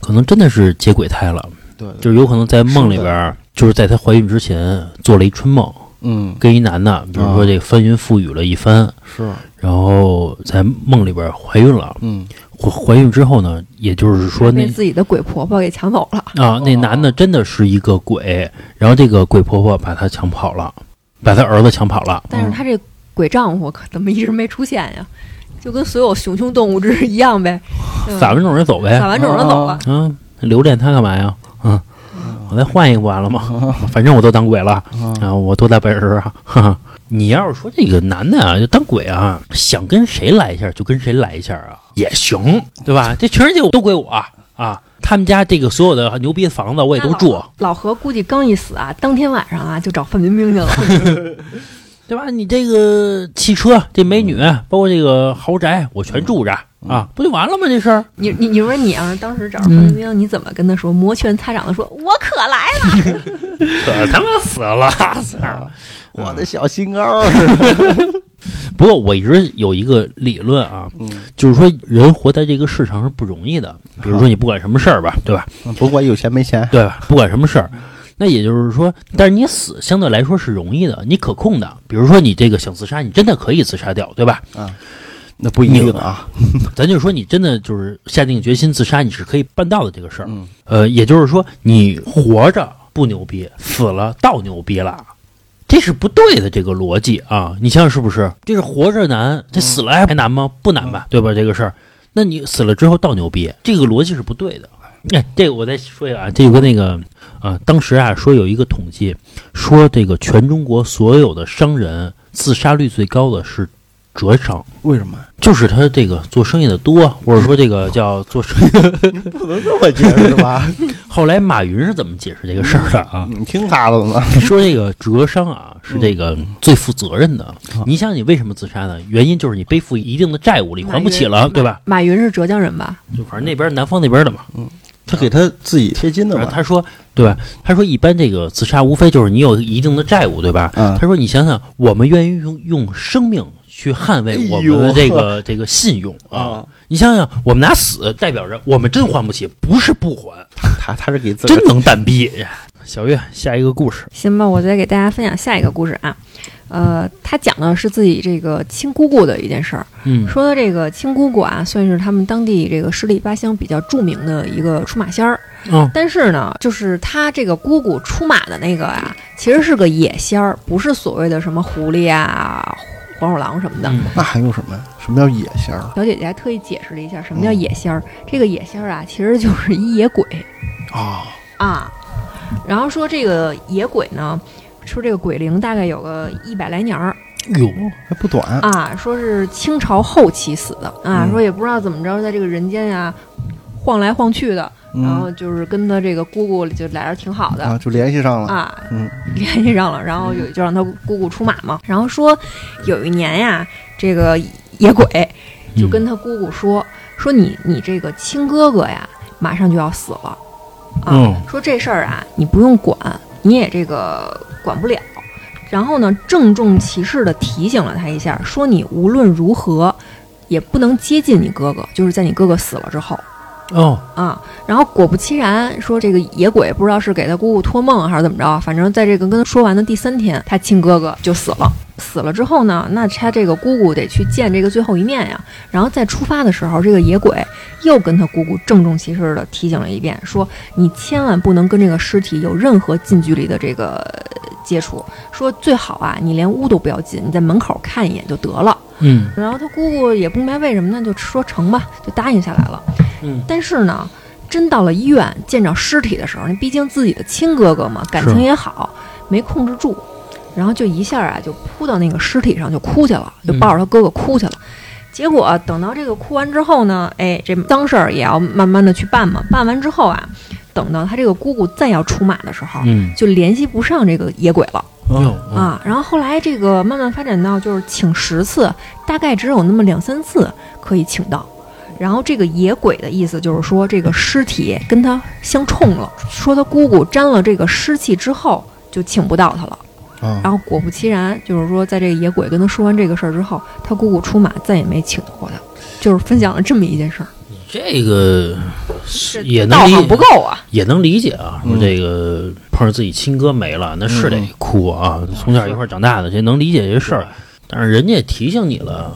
Speaker 1: 可能真的是结鬼胎了，
Speaker 2: 对，
Speaker 1: 就是有可能在梦里边儿，就是在她怀孕之前做了一春梦，
Speaker 2: 嗯，
Speaker 1: 跟一男的，比如说这个翻云覆雨了一番，
Speaker 2: 是，
Speaker 1: 然后在梦里边怀孕了，
Speaker 2: 嗯，
Speaker 1: 怀怀孕之后呢，也就是说那
Speaker 3: 被自己的鬼婆婆给抢走了。
Speaker 1: 啊那男的真的是一个鬼，然后这个鬼婆婆把她抢跑了，把她儿子抢跑了，
Speaker 3: 但是她这鬼丈夫可怎么一直没出现呀？就跟所有熊凶动物之一样呗，嗯
Speaker 1: 撒完种人走呗
Speaker 3: 撒，完种了走了。
Speaker 1: 啊，留恋他干嘛呀？啊，我再换一个不完了 吗？反正我都当鬼了，啊，我多大本事啊！哈哈。你要是说这个男的啊，就当鬼啊，想跟谁来一下就跟谁来一下啊，也行，对吧？这全世界都归我，啊，他们家这个所有的牛逼的房子我也都住，
Speaker 3: 老何估计刚一死啊，当天晚上啊就找范冰冰 去了。
Speaker 1: 对吧？你这个汽车、这美女，包括这个豪宅，我全住着啊，不就完了吗？这事儿
Speaker 3: 你你你说你要是当时
Speaker 1: 嗯
Speaker 3: 找范冰冰，你怎么跟她说？摩拳擦掌的说：“我可来了。
Speaker 1: 可他妈死 了！操！
Speaker 2: 我的小心 肝儿。
Speaker 1: 不过我一直有一个理论啊，
Speaker 2: 嗯，
Speaker 1: 就是说人活在这个世上是不容易的。比如说你不管什么事儿吧，对吧？
Speaker 2: 甭嗯管有钱没钱，
Speaker 1: 对吧？不管什么事儿，那也就是说，但是你死相对来说是容易的，你可控的。比如说你这个想自杀，你真的可以自杀掉，对吧？
Speaker 2: 那不一定啊。
Speaker 1: 咱就说你真的就是下定决心自杀，你是可以办到的这个事儿。
Speaker 2: 嗯
Speaker 1: 呃，也就是说你活着不牛逼，死了倒牛逼了。这是不对的，这个逻辑啊！你想想是不是？这是活着难，这死了还难吗？不难吧，对吧？这个事儿，那你死了之后倒牛逼，这个逻辑是不对的。哎，这个我再说一下啊，这有个那个，呃，当时啊说有一个统计，说这个全中国所有的商人自杀率最高的是浙商，
Speaker 2: 为什么？
Speaker 1: 就是他这个做生意的多，或者说这个叫做生意。
Speaker 2: 不能这么解释吧？
Speaker 1: 后来马云是怎么解释这个事儿的啊？
Speaker 2: 你听他的吗？
Speaker 1: 说这个哲商啊是这个最负责任的。你想你为什么自杀呢？原因就是你背负一定的债务了，你还不起了，对吧？
Speaker 3: 马云是浙江人吧？
Speaker 1: 就反正那边南方那边的嘛。
Speaker 2: 他给他自己贴金的
Speaker 1: 然后
Speaker 2: 吧？
Speaker 1: 他说，对吧？他说一般这个自杀无非就是你有一定的债务，对吧？
Speaker 2: 嗯
Speaker 1: 他说你想想，我们愿意用用生命去捍卫我们的这个、这个信用啊。你想想，我们拿死代表着我们真还不起，不是不还，
Speaker 2: 他他是给自己
Speaker 1: 真能蛋逼。小月，下一个故事。
Speaker 3: 行吧，我再给大家分享下一个故事啊。呃，他讲的是自己这个亲姑姑的一件事儿。
Speaker 1: 嗯
Speaker 3: 说的这个亲姑姑啊，算是他们当地这个十里八乡比较著名的一个出马仙儿。
Speaker 1: 嗯
Speaker 3: 但是呢，就是他这个姑姑出马的那个啊，其实是个野仙儿，不是所谓的什么狐狸啊、黄鼠狼什么的。
Speaker 1: 嗯
Speaker 2: 那还用什么呀？什么叫野仙儿？
Speaker 3: 小姐姐还特意解释了一下什么叫
Speaker 2: 嗯
Speaker 3: 野仙儿，这个野仙儿啊，其实就是一野鬼
Speaker 2: 啊，
Speaker 3: 啊。然后说这个野鬼呢，说这个鬼龄大概有个一百来年儿，
Speaker 1: 哟，
Speaker 2: 还不短。
Speaker 3: 啊，说是清朝后期死的啊，
Speaker 2: 嗯
Speaker 3: 说也不知道怎么着，在这个人间呀、晃来晃去的，然后
Speaker 2: 嗯
Speaker 3: 就是跟他这个姑姑就俩人挺好的
Speaker 2: 啊，就联系上了。
Speaker 3: 啊，
Speaker 2: 嗯
Speaker 3: 联系上了，然后有就让他姑姑出马嘛，然后说有一年呀，这个野鬼就
Speaker 1: 嗯
Speaker 3: 跟他姑姑说、说你你这个亲哥哥呀，马上就要死了啊，
Speaker 1: 嗯
Speaker 3: 说这事儿啊，你不用管，你也这个管不了。然后呢，郑重其事地提醒了他一下，说你无论如何也不能接近你哥哥，就是在你哥哥死了之后
Speaker 1: 哦，
Speaker 3: 啊。然后果不其然，说这个野鬼不知道是给他姑姑托梦还是怎么着，反正在这个跟他说完的第三天，他亲哥哥就死了。死了之后呢，那他这个姑姑得去见这个最后一面呀。然后在出发的时候，这个野鬼又跟他姑姑郑重其事地提醒了一遍，说你千万不能跟这个尸体有任何近距离的这个呃接触，说最好啊，你连屋都不要进，你在门口看一眼就得了。
Speaker 1: 嗯
Speaker 3: 然后他姑姑也不明白为什么呢，就说成吧，就答应下来了。
Speaker 1: 嗯，
Speaker 3: 但是呢，真到了医院见着尸体的时候，那毕竟自己的亲哥哥嘛，感情也好，没控制住，然后就一下啊就扑到那个尸体上就哭去了，就抱着他哥哥哭去了。结果等到这个哭完之后呢，哎，这脏事儿也要慢慢的去办嘛。办完之后啊，等到他这个姑姑再要出马的时候，
Speaker 1: 嗯，
Speaker 3: 就联系不上这个野鬼了。
Speaker 1: 哟啊，
Speaker 3: 啊，然后后来这个慢慢发展到就是请十次，大概只有那么两三次可以请到。然后这个野鬼的意思就是说，这个尸体跟他相冲了，说他姑姑沾了这个湿气之后就请不到他了。
Speaker 2: 啊
Speaker 3: 然后果不其然，就是说在这个野鬼跟他说完这个事儿之后，他姑姑出马再也没请过他，就是分享了这么一件事儿。
Speaker 1: 这个
Speaker 3: 这
Speaker 1: 是也
Speaker 3: 道
Speaker 1: 能
Speaker 3: 行不
Speaker 1: 理
Speaker 3: 够啊，
Speaker 1: 也能理解啊，说
Speaker 2: 嗯
Speaker 1: 这个碰上自己亲哥没了，那是得
Speaker 2: 嗯
Speaker 1: 哭啊，从小一块儿长大的，这能理解这事儿。但是人家提醒你了，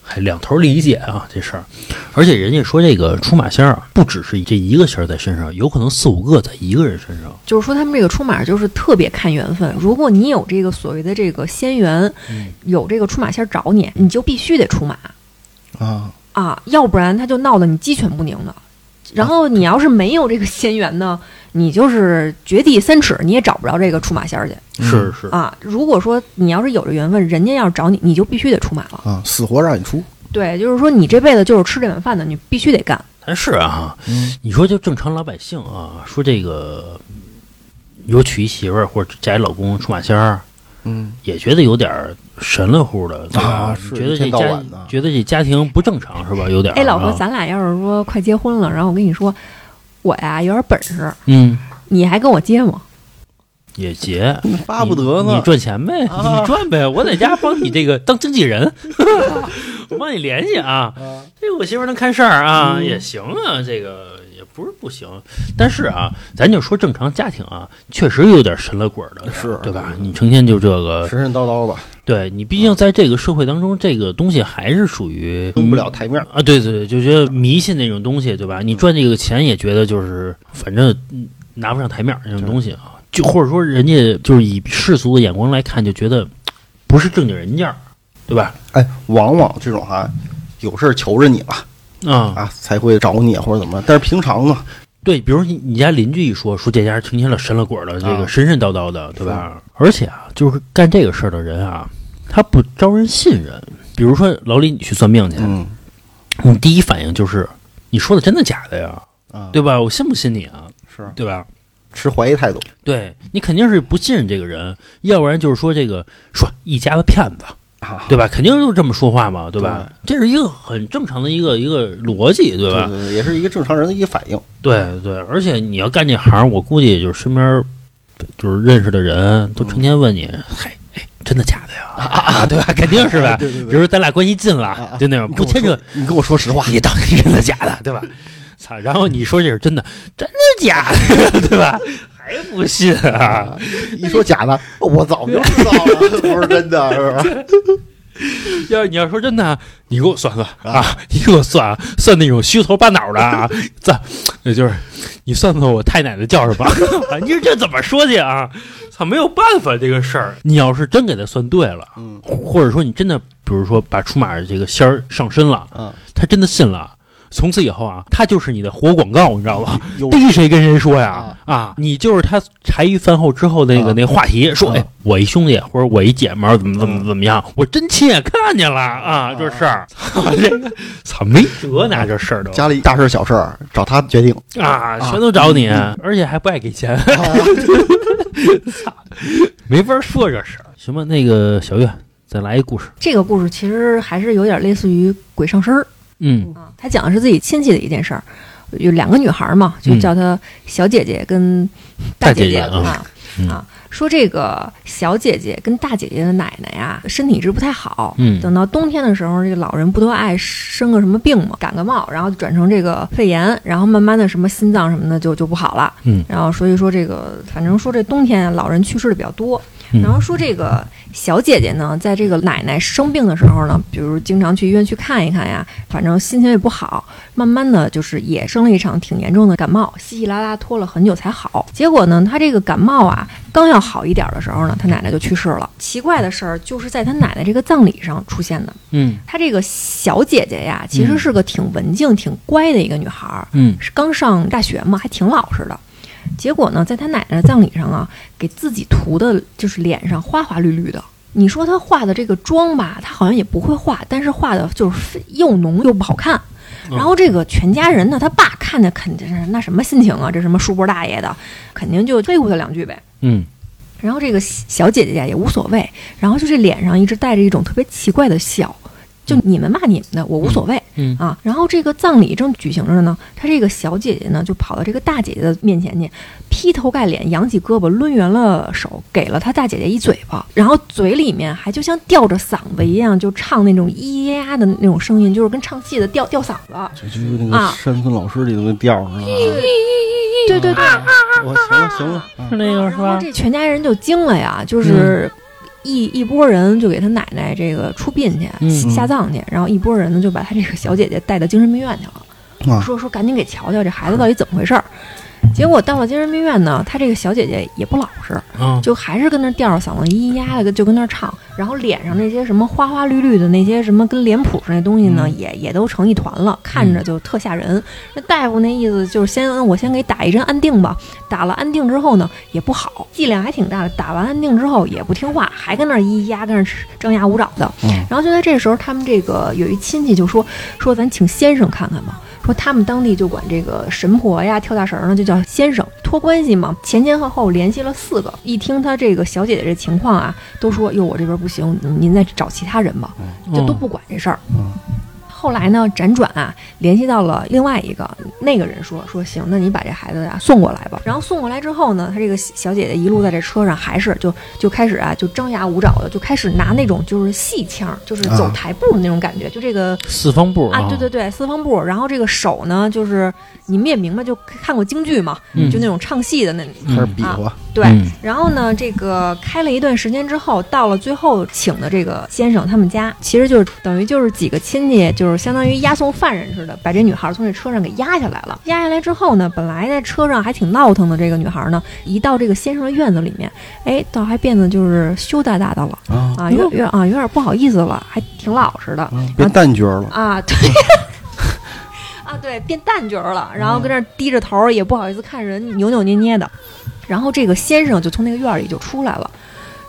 Speaker 1: 还两头理解啊这事儿。而且人家说这个出马仙儿啊，不只是这一个仙儿在身上，有可能四五个在一个人身上。
Speaker 3: 就是说他们这个出马就是特别看缘分。如果你有这个所谓的这个仙缘，有这个出马仙儿找你，你就必须得出马
Speaker 2: 啊，
Speaker 3: 啊，要不然他就闹得你鸡犬不宁的。然后你要是没有这个仙缘呢，你就是掘地三尺，你也找不着这个出马仙儿去
Speaker 1: 是是，
Speaker 3: 啊。如果说你要是有这缘分，人家要是找你，你就必须得出马了。
Speaker 2: 啊，死活让你出。
Speaker 3: 对，就是说你这辈子就是吃这碗饭的，你必须得干。
Speaker 1: 但是啊，
Speaker 2: 嗯
Speaker 1: 你说就正常老百姓啊，说这个有娶一媳妇儿或者嫁一老公出马仙儿，
Speaker 2: 嗯，
Speaker 1: 也觉得有点儿神了乎的对吧
Speaker 2: 啊是
Speaker 1: 觉得
Speaker 2: 一
Speaker 1: 这
Speaker 2: 天到
Speaker 1: 家
Speaker 2: 晚的
Speaker 1: 觉得这家庭不正常是吧？有点儿
Speaker 3: 哎，老婆
Speaker 1: 啊，
Speaker 3: 咱俩要是说快结婚了，然后我跟你说，我呀有点本事，
Speaker 1: 嗯，
Speaker 3: 你还跟我结吗？
Speaker 1: 也结，
Speaker 2: 巴不得
Speaker 1: 你
Speaker 2: 呢啊
Speaker 1: 你。赚钱呗，你赚 呗，我在家帮你这个当经纪人，我帮你联系啊。
Speaker 2: 啊嗯
Speaker 1: 这我媳妇儿能看事儿啊，也行啊，这个也不是不行。但是啊，咱就说正常家庭啊，确实有点神了鬼儿的，
Speaker 2: 是
Speaker 1: 对吧？你成天就这个，
Speaker 2: 神神叨叨吧，
Speaker 1: 对你毕竟在这个社会当中，这个东西还是属于
Speaker 2: 登不了台面儿。
Speaker 1: 啊，对对对，就觉得迷信那种东西，对吧？你赚这个钱也觉得就是反正嗯拿不上台面儿那种东西啊，就或者说人家就是以世俗的眼光来看，就觉得不是正经人家儿，对吧？
Speaker 2: 哎，往往这种啊，有事儿求着你了
Speaker 1: 啊，
Speaker 2: 啊，才会找你或者怎么着。但是平常呢，
Speaker 1: 对，比如你你家邻居一说说这家成天了神了鬼了，这个
Speaker 2: 啊
Speaker 1: 神神叨叨的，对吧？而且啊，就是干这个事儿的人啊，他不招人信任。比如说老李，你去算命去，
Speaker 2: 嗯
Speaker 1: 你第一反应就是你说的真的假的呀，
Speaker 2: 啊，
Speaker 1: 对吧？我信不信你啊？
Speaker 2: 是
Speaker 1: 对吧？
Speaker 2: 持怀疑态度。
Speaker 1: 对你肯定是不信任这个人，要不然就是说这个说一家子骗子，
Speaker 2: 啊，
Speaker 1: 对吧？肯定就是这么说话嘛，对吧？这是一个很正常的一个一个逻辑，对吧？
Speaker 2: 对对，也是一个正常人的一个反应。
Speaker 1: 对对，而且你要干这行，我估计就是身边就是认识的人都成天问你，
Speaker 2: 嗯
Speaker 1: 嗨、哎，真的假的呀？啊，对吧？ 肯定是呗。
Speaker 2: 对对
Speaker 1: 比如说咱俩关系近
Speaker 2: 啊
Speaker 1: 了，
Speaker 2: 啊
Speaker 1: 就那种不牵扯，
Speaker 2: 你跟我说实话，
Speaker 1: 你到底真的假 的，对吧？操，然后你说这是真的，真的假的， 对吧？还不信啊？
Speaker 2: 一说假的，哦我早就知道了， 不是真的，是吧？
Speaker 1: 要你要说真的啊，你给我算算啊， 你给我算啊，算那种虚头巴脑的啊， 算，也就是你算算我太奶奶叫什么？ 啊你说这怎么说去啊？操，没有办法这个事儿。你要是真给他算对了，
Speaker 2: 嗯
Speaker 1: 或者说你真的，比如说把出马这个仙儿上身了，
Speaker 2: 啊，
Speaker 1: 他真的信了。从此以后啊，他就是你的活广告，你知道吗？
Speaker 2: 有
Speaker 1: 逮谁跟谁说呀？啊，你就是他茶余饭后之后那个
Speaker 2: 啊
Speaker 1: 那话题，说
Speaker 2: 啊
Speaker 1: 哎，我一兄弟或者我一姐们儿怎么怎么怎么样，我真亲眼看见了啊，这事 儿，这个操没辙呢，这事儿都
Speaker 2: 家里大事小事儿找他决 定。
Speaker 1: 啊，嗯
Speaker 2: 啊
Speaker 1: 全都找你，而且还不爱给 钱，
Speaker 3: 啊
Speaker 1: 操，没法说这事儿。行吧，那个小月，再来一故事。
Speaker 3: 这个故事其实还是有点类似于鬼上身儿
Speaker 1: 嗯
Speaker 3: 啊，他讲的是自己亲戚的一件事儿，有两个女孩儿嘛，就叫她小姐姐跟大
Speaker 1: 大
Speaker 3: 姐
Speaker 1: 姐姐啊
Speaker 3: 啊
Speaker 1: 嗯
Speaker 3: 啊，说这个小姐姐跟大姐姐的奶奶呀，身体一直不太好，
Speaker 1: 嗯
Speaker 3: 等到冬天的时候，这个老人不都爱生个什么病嘛，感个冒，然后就转成这个肺炎，然后慢慢的什么心脏什么的就就不好了。
Speaker 1: 嗯
Speaker 3: 然后所以说这个，反正说这冬天老人去世的比较多。
Speaker 1: 嗯
Speaker 3: 然后说这个小姐姐呢，在这个奶奶生病的时候呢，比如经常去医院去看一看呀，反正心情也不好，慢慢的就是也生了一场挺严重的感冒，稀稀拉拉拖了很久才好。结果呢，她这个感冒啊，刚要好一点的时候呢，她奶奶就去世了。奇怪的事儿就是在她奶奶这个葬礼上出现的。
Speaker 1: 嗯
Speaker 3: 她这个小姐姐呀，其实是个挺文静、挺乖的一个女孩儿，
Speaker 1: 嗯
Speaker 3: 是刚上大学嘛，还挺老实的。结果呢，在她奶奶的葬礼上啊，给自己涂的就是脸上花花绿绿的。你说她化的这个妆吧，她好像也不会化，但是化的就是又浓又不好看。
Speaker 1: 嗯
Speaker 3: 然后这个全家人呢，他爸看着肯定是那什么心情啊，这什么叔伯大爷的，肯定就对付他两句呗。
Speaker 1: 嗯
Speaker 3: 然后这个小姐姐呀也无所谓，然后就这脸上一直带着一种特别奇怪的笑，就你们骂你们的，我无所谓、
Speaker 1: 嗯
Speaker 3: 啊。然后这个葬礼正举行着呢，她这个小姐姐呢就跑到这个大姐姐的面前去，劈头盖脸，扬起胳膊，抡圆了手，给了她大姐姐一嘴巴，然后嘴里面还就像吊着嗓子一样，就唱那种咿呀呀的那种声音，就是跟唱戏的吊吊嗓子。
Speaker 2: 这就是那
Speaker 3: 啊
Speaker 2: 个山村老师里头那调儿是吧？
Speaker 3: 对对对，
Speaker 2: 我行了行了，啊
Speaker 1: 是那个是
Speaker 3: 然后
Speaker 1: 吧？
Speaker 3: 这全家人就惊了呀，就是一、一波人就给他奶奶这个出殡去、
Speaker 1: 嗯嗯
Speaker 3: 下葬去，然后一波人呢就把他这个小姐姐带到精神病院去了，
Speaker 2: 啊
Speaker 3: 说说赶紧给瞧瞧这孩子到底怎么回事儿。结果到了精神病院呢，她这个小姐姐也不老实，
Speaker 1: 啊
Speaker 3: 就还是跟那儿吊着嗓子咿咿呀的就跟那儿唱，然后脸上那些什么花花绿绿的那些什么跟脸谱上那东西呢，也也都成一团了，看着就特吓人。那大夫那意思就是先我先给打一针安定吧，打了安定之后呢也不好，剂量还挺大的，打完安定之后也不听话，还跟那儿咿咿呀跟那儿张牙舞爪的。
Speaker 2: 嗯
Speaker 3: 然后就在这时候，他们这个有一亲戚就说说咱请先生看看吧。说他们当地就管这个神婆呀、跳大神儿呢，就叫先生，托关系嘛。前前后后联系了四个，一听他这个小姐姐这情况啊，都说哟，我这边不行，您您再找其他人吧，就
Speaker 1: 嗯
Speaker 3: 都不管这事儿。
Speaker 2: 嗯
Speaker 3: 后来呢，辗转啊，联系到了另外一个那个人说说行，那你把这孩子啊送过来吧。然后送过来之后呢，他这个小姐姐一路在这车上还是就就开始啊，就张牙舞爪的，就开始拿那种就是戏腔，就是
Speaker 2: 啊
Speaker 3: 走台步的那种感觉，就这个
Speaker 1: 四方嗯步
Speaker 3: 啊，对对对，四方步。然后这个手呢，就是你们也明白，就看过京剧嘛，
Speaker 1: 嗯
Speaker 3: 就那种唱戏的那
Speaker 2: 开始
Speaker 1: 嗯
Speaker 2: 比划，
Speaker 3: 对。
Speaker 1: 嗯
Speaker 3: 然后呢，这个开了一段时间之后，到了最后请的这个先生他们家，其实就是等于就是几个亲戚，就是相当于押送犯人似的，把这女孩从这车上给押下来了。押下来之后呢，本来在车上还挺闹腾的这个女孩呢，一到这个先生的院子里面，哎，倒还变得就是羞答答的了
Speaker 2: 啊，
Speaker 3: 啊，有有啊有点不好意思了，还挺老实的。
Speaker 2: 啊别蛋角了，
Speaker 3: 啊，对。啊，对，变淡角儿了，然后跟那儿低着头儿，也不好意思看人，扭扭捏捏的。然后这个先生就从那个院儿里就出来了，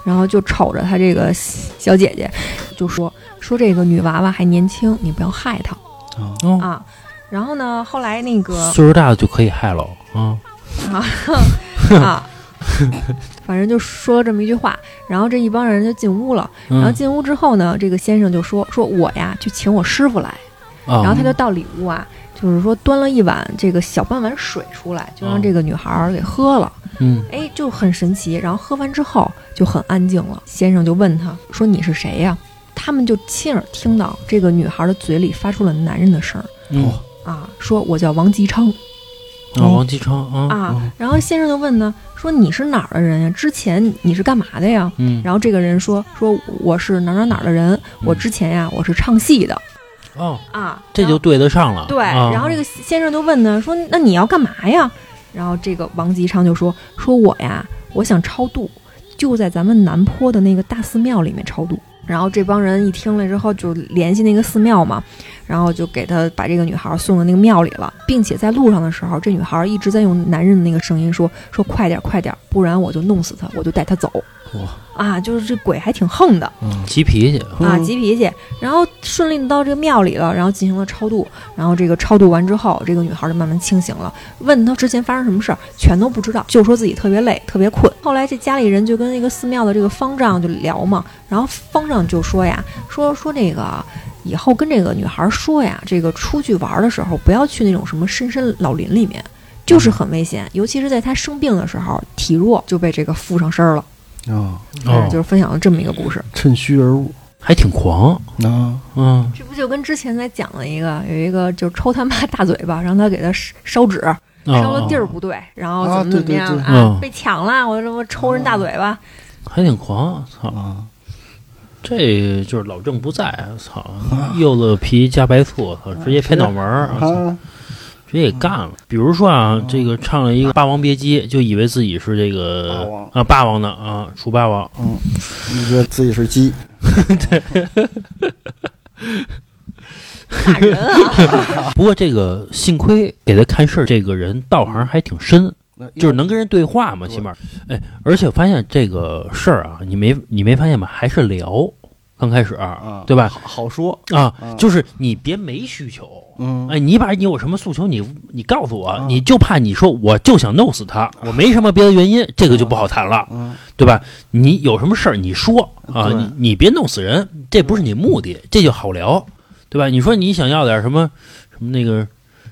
Speaker 3: 然后就瞅着他这个小姐姐，就说说这个女娃娃还年轻，你不要害她
Speaker 2: 啊
Speaker 1: 哦，
Speaker 3: 啊。然后呢，后来 那个
Speaker 1: 岁数大的就可以害了啊，
Speaker 3: 啊，反正就说了这么一句话，然后这一帮人就进屋了。然后
Speaker 1: 嗯
Speaker 3: 进屋之后呢，这个先生就说说我呀去请我师傅来。
Speaker 1: 啊，
Speaker 3: 然后他就到里屋啊，就是说端了一碗这个小半碗水出来，就
Speaker 1: 哦
Speaker 3: 让这个女孩儿给喝了。
Speaker 1: 嗯
Speaker 3: 哎，就很神奇。然后喝完之后就很安静了。先生就问他说：“你是谁呀、他们就亲耳听到这个女孩的嘴里发出了男人的声儿
Speaker 1: 嗯
Speaker 2: 哦
Speaker 3: 啊，说我叫王吉昌
Speaker 1: 啊，王继昌啊，
Speaker 3: 啊
Speaker 2: 嗯。
Speaker 3: 然后先生就问呢，说你是哪儿的人呀、之前你是干嘛的呀？
Speaker 1: 嗯，
Speaker 3: 然后这个人说说我是哪儿哪儿哪儿的人，我之前呀我是唱戏的
Speaker 1: 哦，
Speaker 3: 啊。
Speaker 1: 这就对得上了，
Speaker 3: 对，
Speaker 1: 啊
Speaker 3: 然后这个先生就问呢，说那你要干嘛呀？然后这个王吉昌就说，说我呀，我想超度，就在咱们南坡的那个大寺庙里面超度。然后这帮人一听了之后，就联系那个寺庙嘛，然后就给他把这个女孩送到那个庙里了，并且在路上的时候，这女孩一直在用男人的那个声音说说快点快点，不然我就弄死她，我就带她走。
Speaker 2: 哇
Speaker 3: 啊，就是这鬼还挺横的。
Speaker 2: 嗯
Speaker 1: 急脾气，
Speaker 3: 啊，
Speaker 2: 嗯
Speaker 3: 急脾气，然后顺利的到这个庙里了，然后进行了超度，然后这个超度完之后，这个女孩就慢慢清醒了。问她之前发生什么事儿，全都不知道，就说自己特别累，特别困。后来这家里人就跟那个寺庙的这个方丈就聊嘛，然后方丈就说呀，说说这个。以后跟这个女孩说呀，这个出去玩的时候不要去那种什么深山老林里面，就是很危险，尤其是在她生病的时候，体弱就被这个附上身儿了。
Speaker 2: 啊，
Speaker 1: 哦
Speaker 3: 嗯就是分享了这么一个故事。
Speaker 2: 趁虚而入
Speaker 1: 还挺狂，
Speaker 2: 啊，
Speaker 1: 嗯
Speaker 3: 这不就跟之前咱讲了一个，有一个就是抽他妈大嘴巴，让他给他烧烧纸，烧的地儿
Speaker 1: 哦
Speaker 3: 不对，然后
Speaker 2: 啊
Speaker 3: 怎么怎么
Speaker 2: 对对
Speaker 3: 样
Speaker 2: 对哦
Speaker 3: 啊
Speaker 1: 嗯，
Speaker 3: 被抢了，我这不抽人大嘴巴，
Speaker 1: 还挺狂，操，
Speaker 2: 啊，
Speaker 1: 这就是老郑不在，啊操，柚子皮加白醋，操，直接拍脑门儿，操
Speaker 2: 啊，
Speaker 1: 直接给干了。比如说啊，这个唱了一个《霸王别姬》，就以为自己是这
Speaker 2: 霸
Speaker 1: 个
Speaker 2: 王
Speaker 1: 啊霸王的啊，楚霸王，
Speaker 2: 你觉得自己是 鸡，
Speaker 3: 打人啊！
Speaker 1: 不过这个幸亏给他看事儿，这个人道行还挺深，就是能跟人对话嘛，
Speaker 2: 对
Speaker 1: 起码。哎，而且我发现这个事儿啊，你没你没发现吗？还是聊，刚开始、
Speaker 2: 啊，
Speaker 1: 对吧？
Speaker 2: 好好说，
Speaker 1: 啊，
Speaker 2: 啊
Speaker 1: 就是你别没需求。
Speaker 2: 嗯，
Speaker 1: 哎，你把你有什么诉求，你你告诉我，
Speaker 2: 啊
Speaker 1: 你就怕你说我就想弄死他，我没什么别的原因，这个就不好谈了，
Speaker 2: 嗯，
Speaker 1: 对吧？你有什么事儿你说啊，
Speaker 2: 对
Speaker 1: 你你别弄死人，这不是你目的，这就好聊，对吧？你说你想要点什么什么那个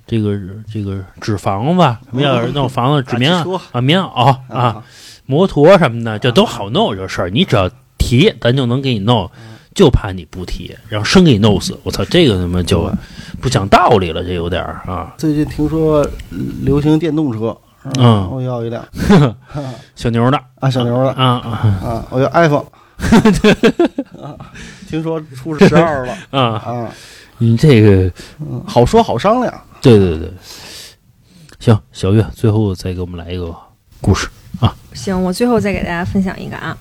Speaker 1: 这个这个纸房子，什么要点弄房子纸棉
Speaker 2: 啊直
Speaker 1: 袄
Speaker 2: 说
Speaker 1: 啊棉袄啊，摩托什么的，这都好弄这事儿，你只要提，咱就能给你弄。就怕你不提，然后生给你弄死。我操，这个他妈就不讲道理了，这有点儿啊。
Speaker 2: 最近听说流行电动车，是吧
Speaker 1: 嗯
Speaker 2: 我要一 辆
Speaker 1: 小牛的
Speaker 2: 啊，小牛的
Speaker 1: 啊啊
Speaker 2: 啊，我要 iPhone，啊听说出十二了
Speaker 1: 啊！
Speaker 2: 啊，
Speaker 1: 你这个，
Speaker 2: 嗯 好说好商量，
Speaker 1: 对对对，行，小月，最后再给我们来一个故事。
Speaker 3: 行，我最后再给大家分享一个啊，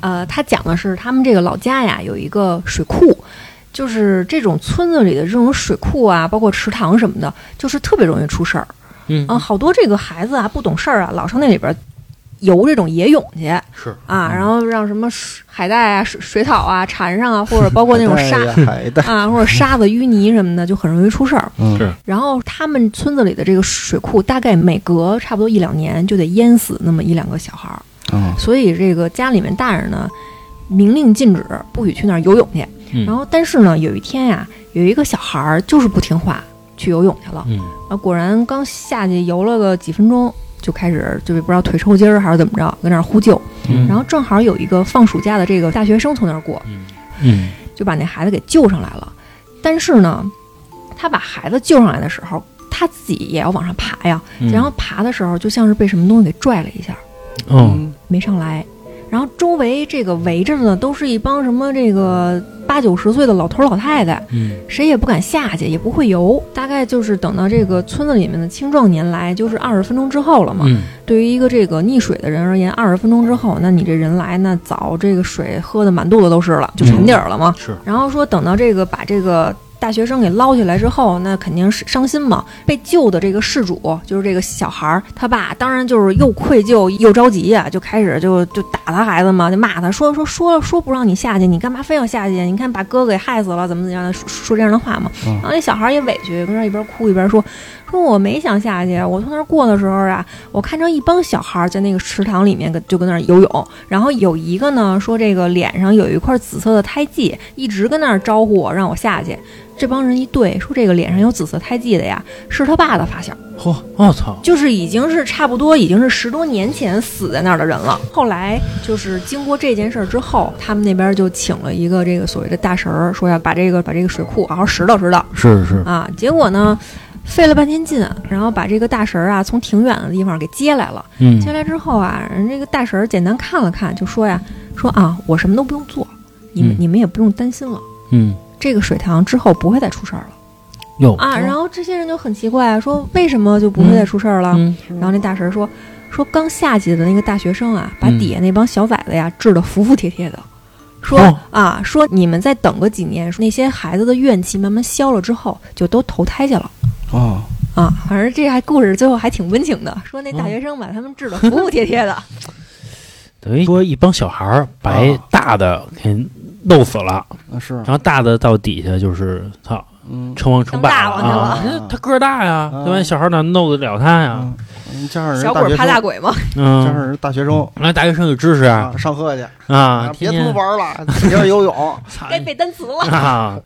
Speaker 3: 呃，他讲的是他们这个老家呀有一个水库。就是这种村子里的这种水库啊，包括池塘什么的，就是特别容易出事儿。
Speaker 1: 嗯
Speaker 3: 啊，好多这个孩子啊不懂事儿啊，老上那里边游这种野泳去
Speaker 2: 是
Speaker 3: 啊，
Speaker 1: 嗯
Speaker 3: 然后让什么水海带啊、水水草啊缠上啊，或者包括那种沙
Speaker 2: 海带呀海带，
Speaker 3: 啊，或者沙子、淤泥什么的，就很容易出事儿。
Speaker 2: 嗯
Speaker 1: 是
Speaker 3: 然后他们村子里的这个水库，大概每隔差不多一两年就得淹死那么一两个小孩儿，
Speaker 2: 嗯
Speaker 3: 所以这个家里面大人呢，明令禁止不许去那儿游泳去。
Speaker 1: 嗯
Speaker 3: 然后，但是呢，有一天呀，有一个小孩儿就是不听话，去游泳去了。
Speaker 1: 嗯
Speaker 3: 啊，果然刚下去游了个几分钟，就开始就是不知道腿抽筋儿还是怎么着，跟那儿呼救。
Speaker 1: 嗯，
Speaker 3: 然后正好有一个放暑假的这个大学生从那儿过，
Speaker 1: 嗯嗯
Speaker 3: 就把那孩子给救上来了。但是呢，他把孩子救上来的时候，他自己也要往上爬呀。
Speaker 1: 嗯，
Speaker 3: 然后爬的时候，就像是被什么东西给拽了一下，
Speaker 1: 哦，
Speaker 2: 嗯
Speaker 3: 没上来。然后周围这个围着的呢，都是一帮什么这个八九十岁的老头老太太，
Speaker 1: 嗯
Speaker 3: 谁也不敢下去，也不会游。大概就是等到这个村子里面的青壮年来，就是二十分钟之后了嘛。
Speaker 1: 嗯
Speaker 3: 对于一个这个溺水的人而言，二十分钟之后，那你这人来，那早这个水喝的满肚子都是了，就沉底儿了嘛。
Speaker 1: 是，
Speaker 3: 然后说等到这个把这个大学生给捞起来之后，那肯定是伤心嘛。被救的这个事主就是这个小孩儿他爸，当然就是又愧疚又着急呀、就开始就就打他孩子嘛，就骂他说说说说不让你下去，你干嘛非要下去？你看把哥哥给害死了，怎么怎么样的，说说这样的话嘛。
Speaker 2: 嗯
Speaker 3: 然后那小孩儿也委屈，跟那一边哭一边说说我没想下去，我从那儿过的时候啊，我看着一帮小孩儿在那个池塘里面跟就跟那儿游泳，然后有一个呢说这个脸上有一块紫色的胎记，一直跟那儿招呼我让我下去。这帮人一对说这个脸上有紫色胎记的呀，是他爸的发小，
Speaker 1: 嚯，我操，
Speaker 3: 就是已经是差不多已经是十多年前死在那儿的人了。后来就是经过这件事儿之后，他们那边就请了一个这个所谓的大神儿，说要把这个把这个水库好好拾掇拾掇。
Speaker 2: 是是，
Speaker 3: 啊，结果呢，费了半天劲，啊然后把这个大神儿啊从挺远的地方给接来了。
Speaker 1: 嗯
Speaker 3: 接来之后啊，人这个大神儿简单看了看，就说呀，说啊，我什么都不用做，你们、
Speaker 1: 嗯
Speaker 3: 你们也不用担心了。
Speaker 1: 嗯
Speaker 3: 这个水塘之后不会再出事儿了
Speaker 1: 哟
Speaker 3: 啊！然后这些人就很奇怪，啊说为什么就不会再出事儿了？
Speaker 1: 嗯
Speaker 3: 然后那大神儿说，说刚下去的那个大学生啊，把
Speaker 1: 嗯
Speaker 3: 底下那帮小崽子呀治得服服帖帖的，说、
Speaker 1: 哦
Speaker 3: 啊，说你们再等个几年，那些孩子的怨气慢慢消了之后，就都投胎去了。
Speaker 2: 哦，
Speaker 3: 啊，反正这还故事最后还挺温情的，说那
Speaker 1: 哦
Speaker 3: 大学生把他们治得服服帖帖的，
Speaker 1: 等于啊说一帮小孩儿把一大的给弄死了，
Speaker 2: 啊是
Speaker 1: 然，后大的到底下就是操
Speaker 2: 嗯，
Speaker 1: 称王称霸
Speaker 3: 当大
Speaker 1: 啊
Speaker 2: 王去了，
Speaker 1: 那他个儿大呀，
Speaker 2: 啊
Speaker 1: 对吧？小孩儿哪弄得了他呀？
Speaker 2: 嗯加上人
Speaker 3: 小
Speaker 2: 大
Speaker 3: 鬼
Speaker 2: 学
Speaker 3: 怕
Speaker 2: 生，
Speaker 3: 大鬼嘛。
Speaker 2: 加
Speaker 1: 嗯
Speaker 2: 上，人大学生
Speaker 1: 那大学生有知识啊，
Speaker 2: 上课去，
Speaker 1: 啊
Speaker 2: 别
Speaker 1: 天
Speaker 2: 他
Speaker 1: 天
Speaker 2: 妈玩了，天天游泳，
Speaker 1: 操
Speaker 3: 该背单词了。
Speaker 1: 啊。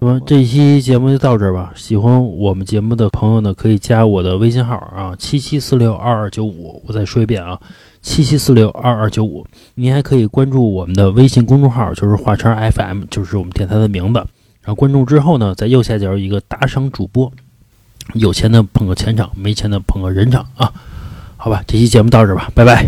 Speaker 1: 那么这期节目就到这儿吧。喜欢我们节目的朋友呢，可以加我的微信号啊，七七四六二二九五。我再说一遍啊，七七四六二二九五。您还可以关注我们的微信公众号，就是华晨 FM，就是我们电台的名字。然后关注之后呢，在右下角有一个打赏主播，有钱的捧个钱场，没钱的捧个人场啊。好吧，这期节目到这儿吧，拜拜。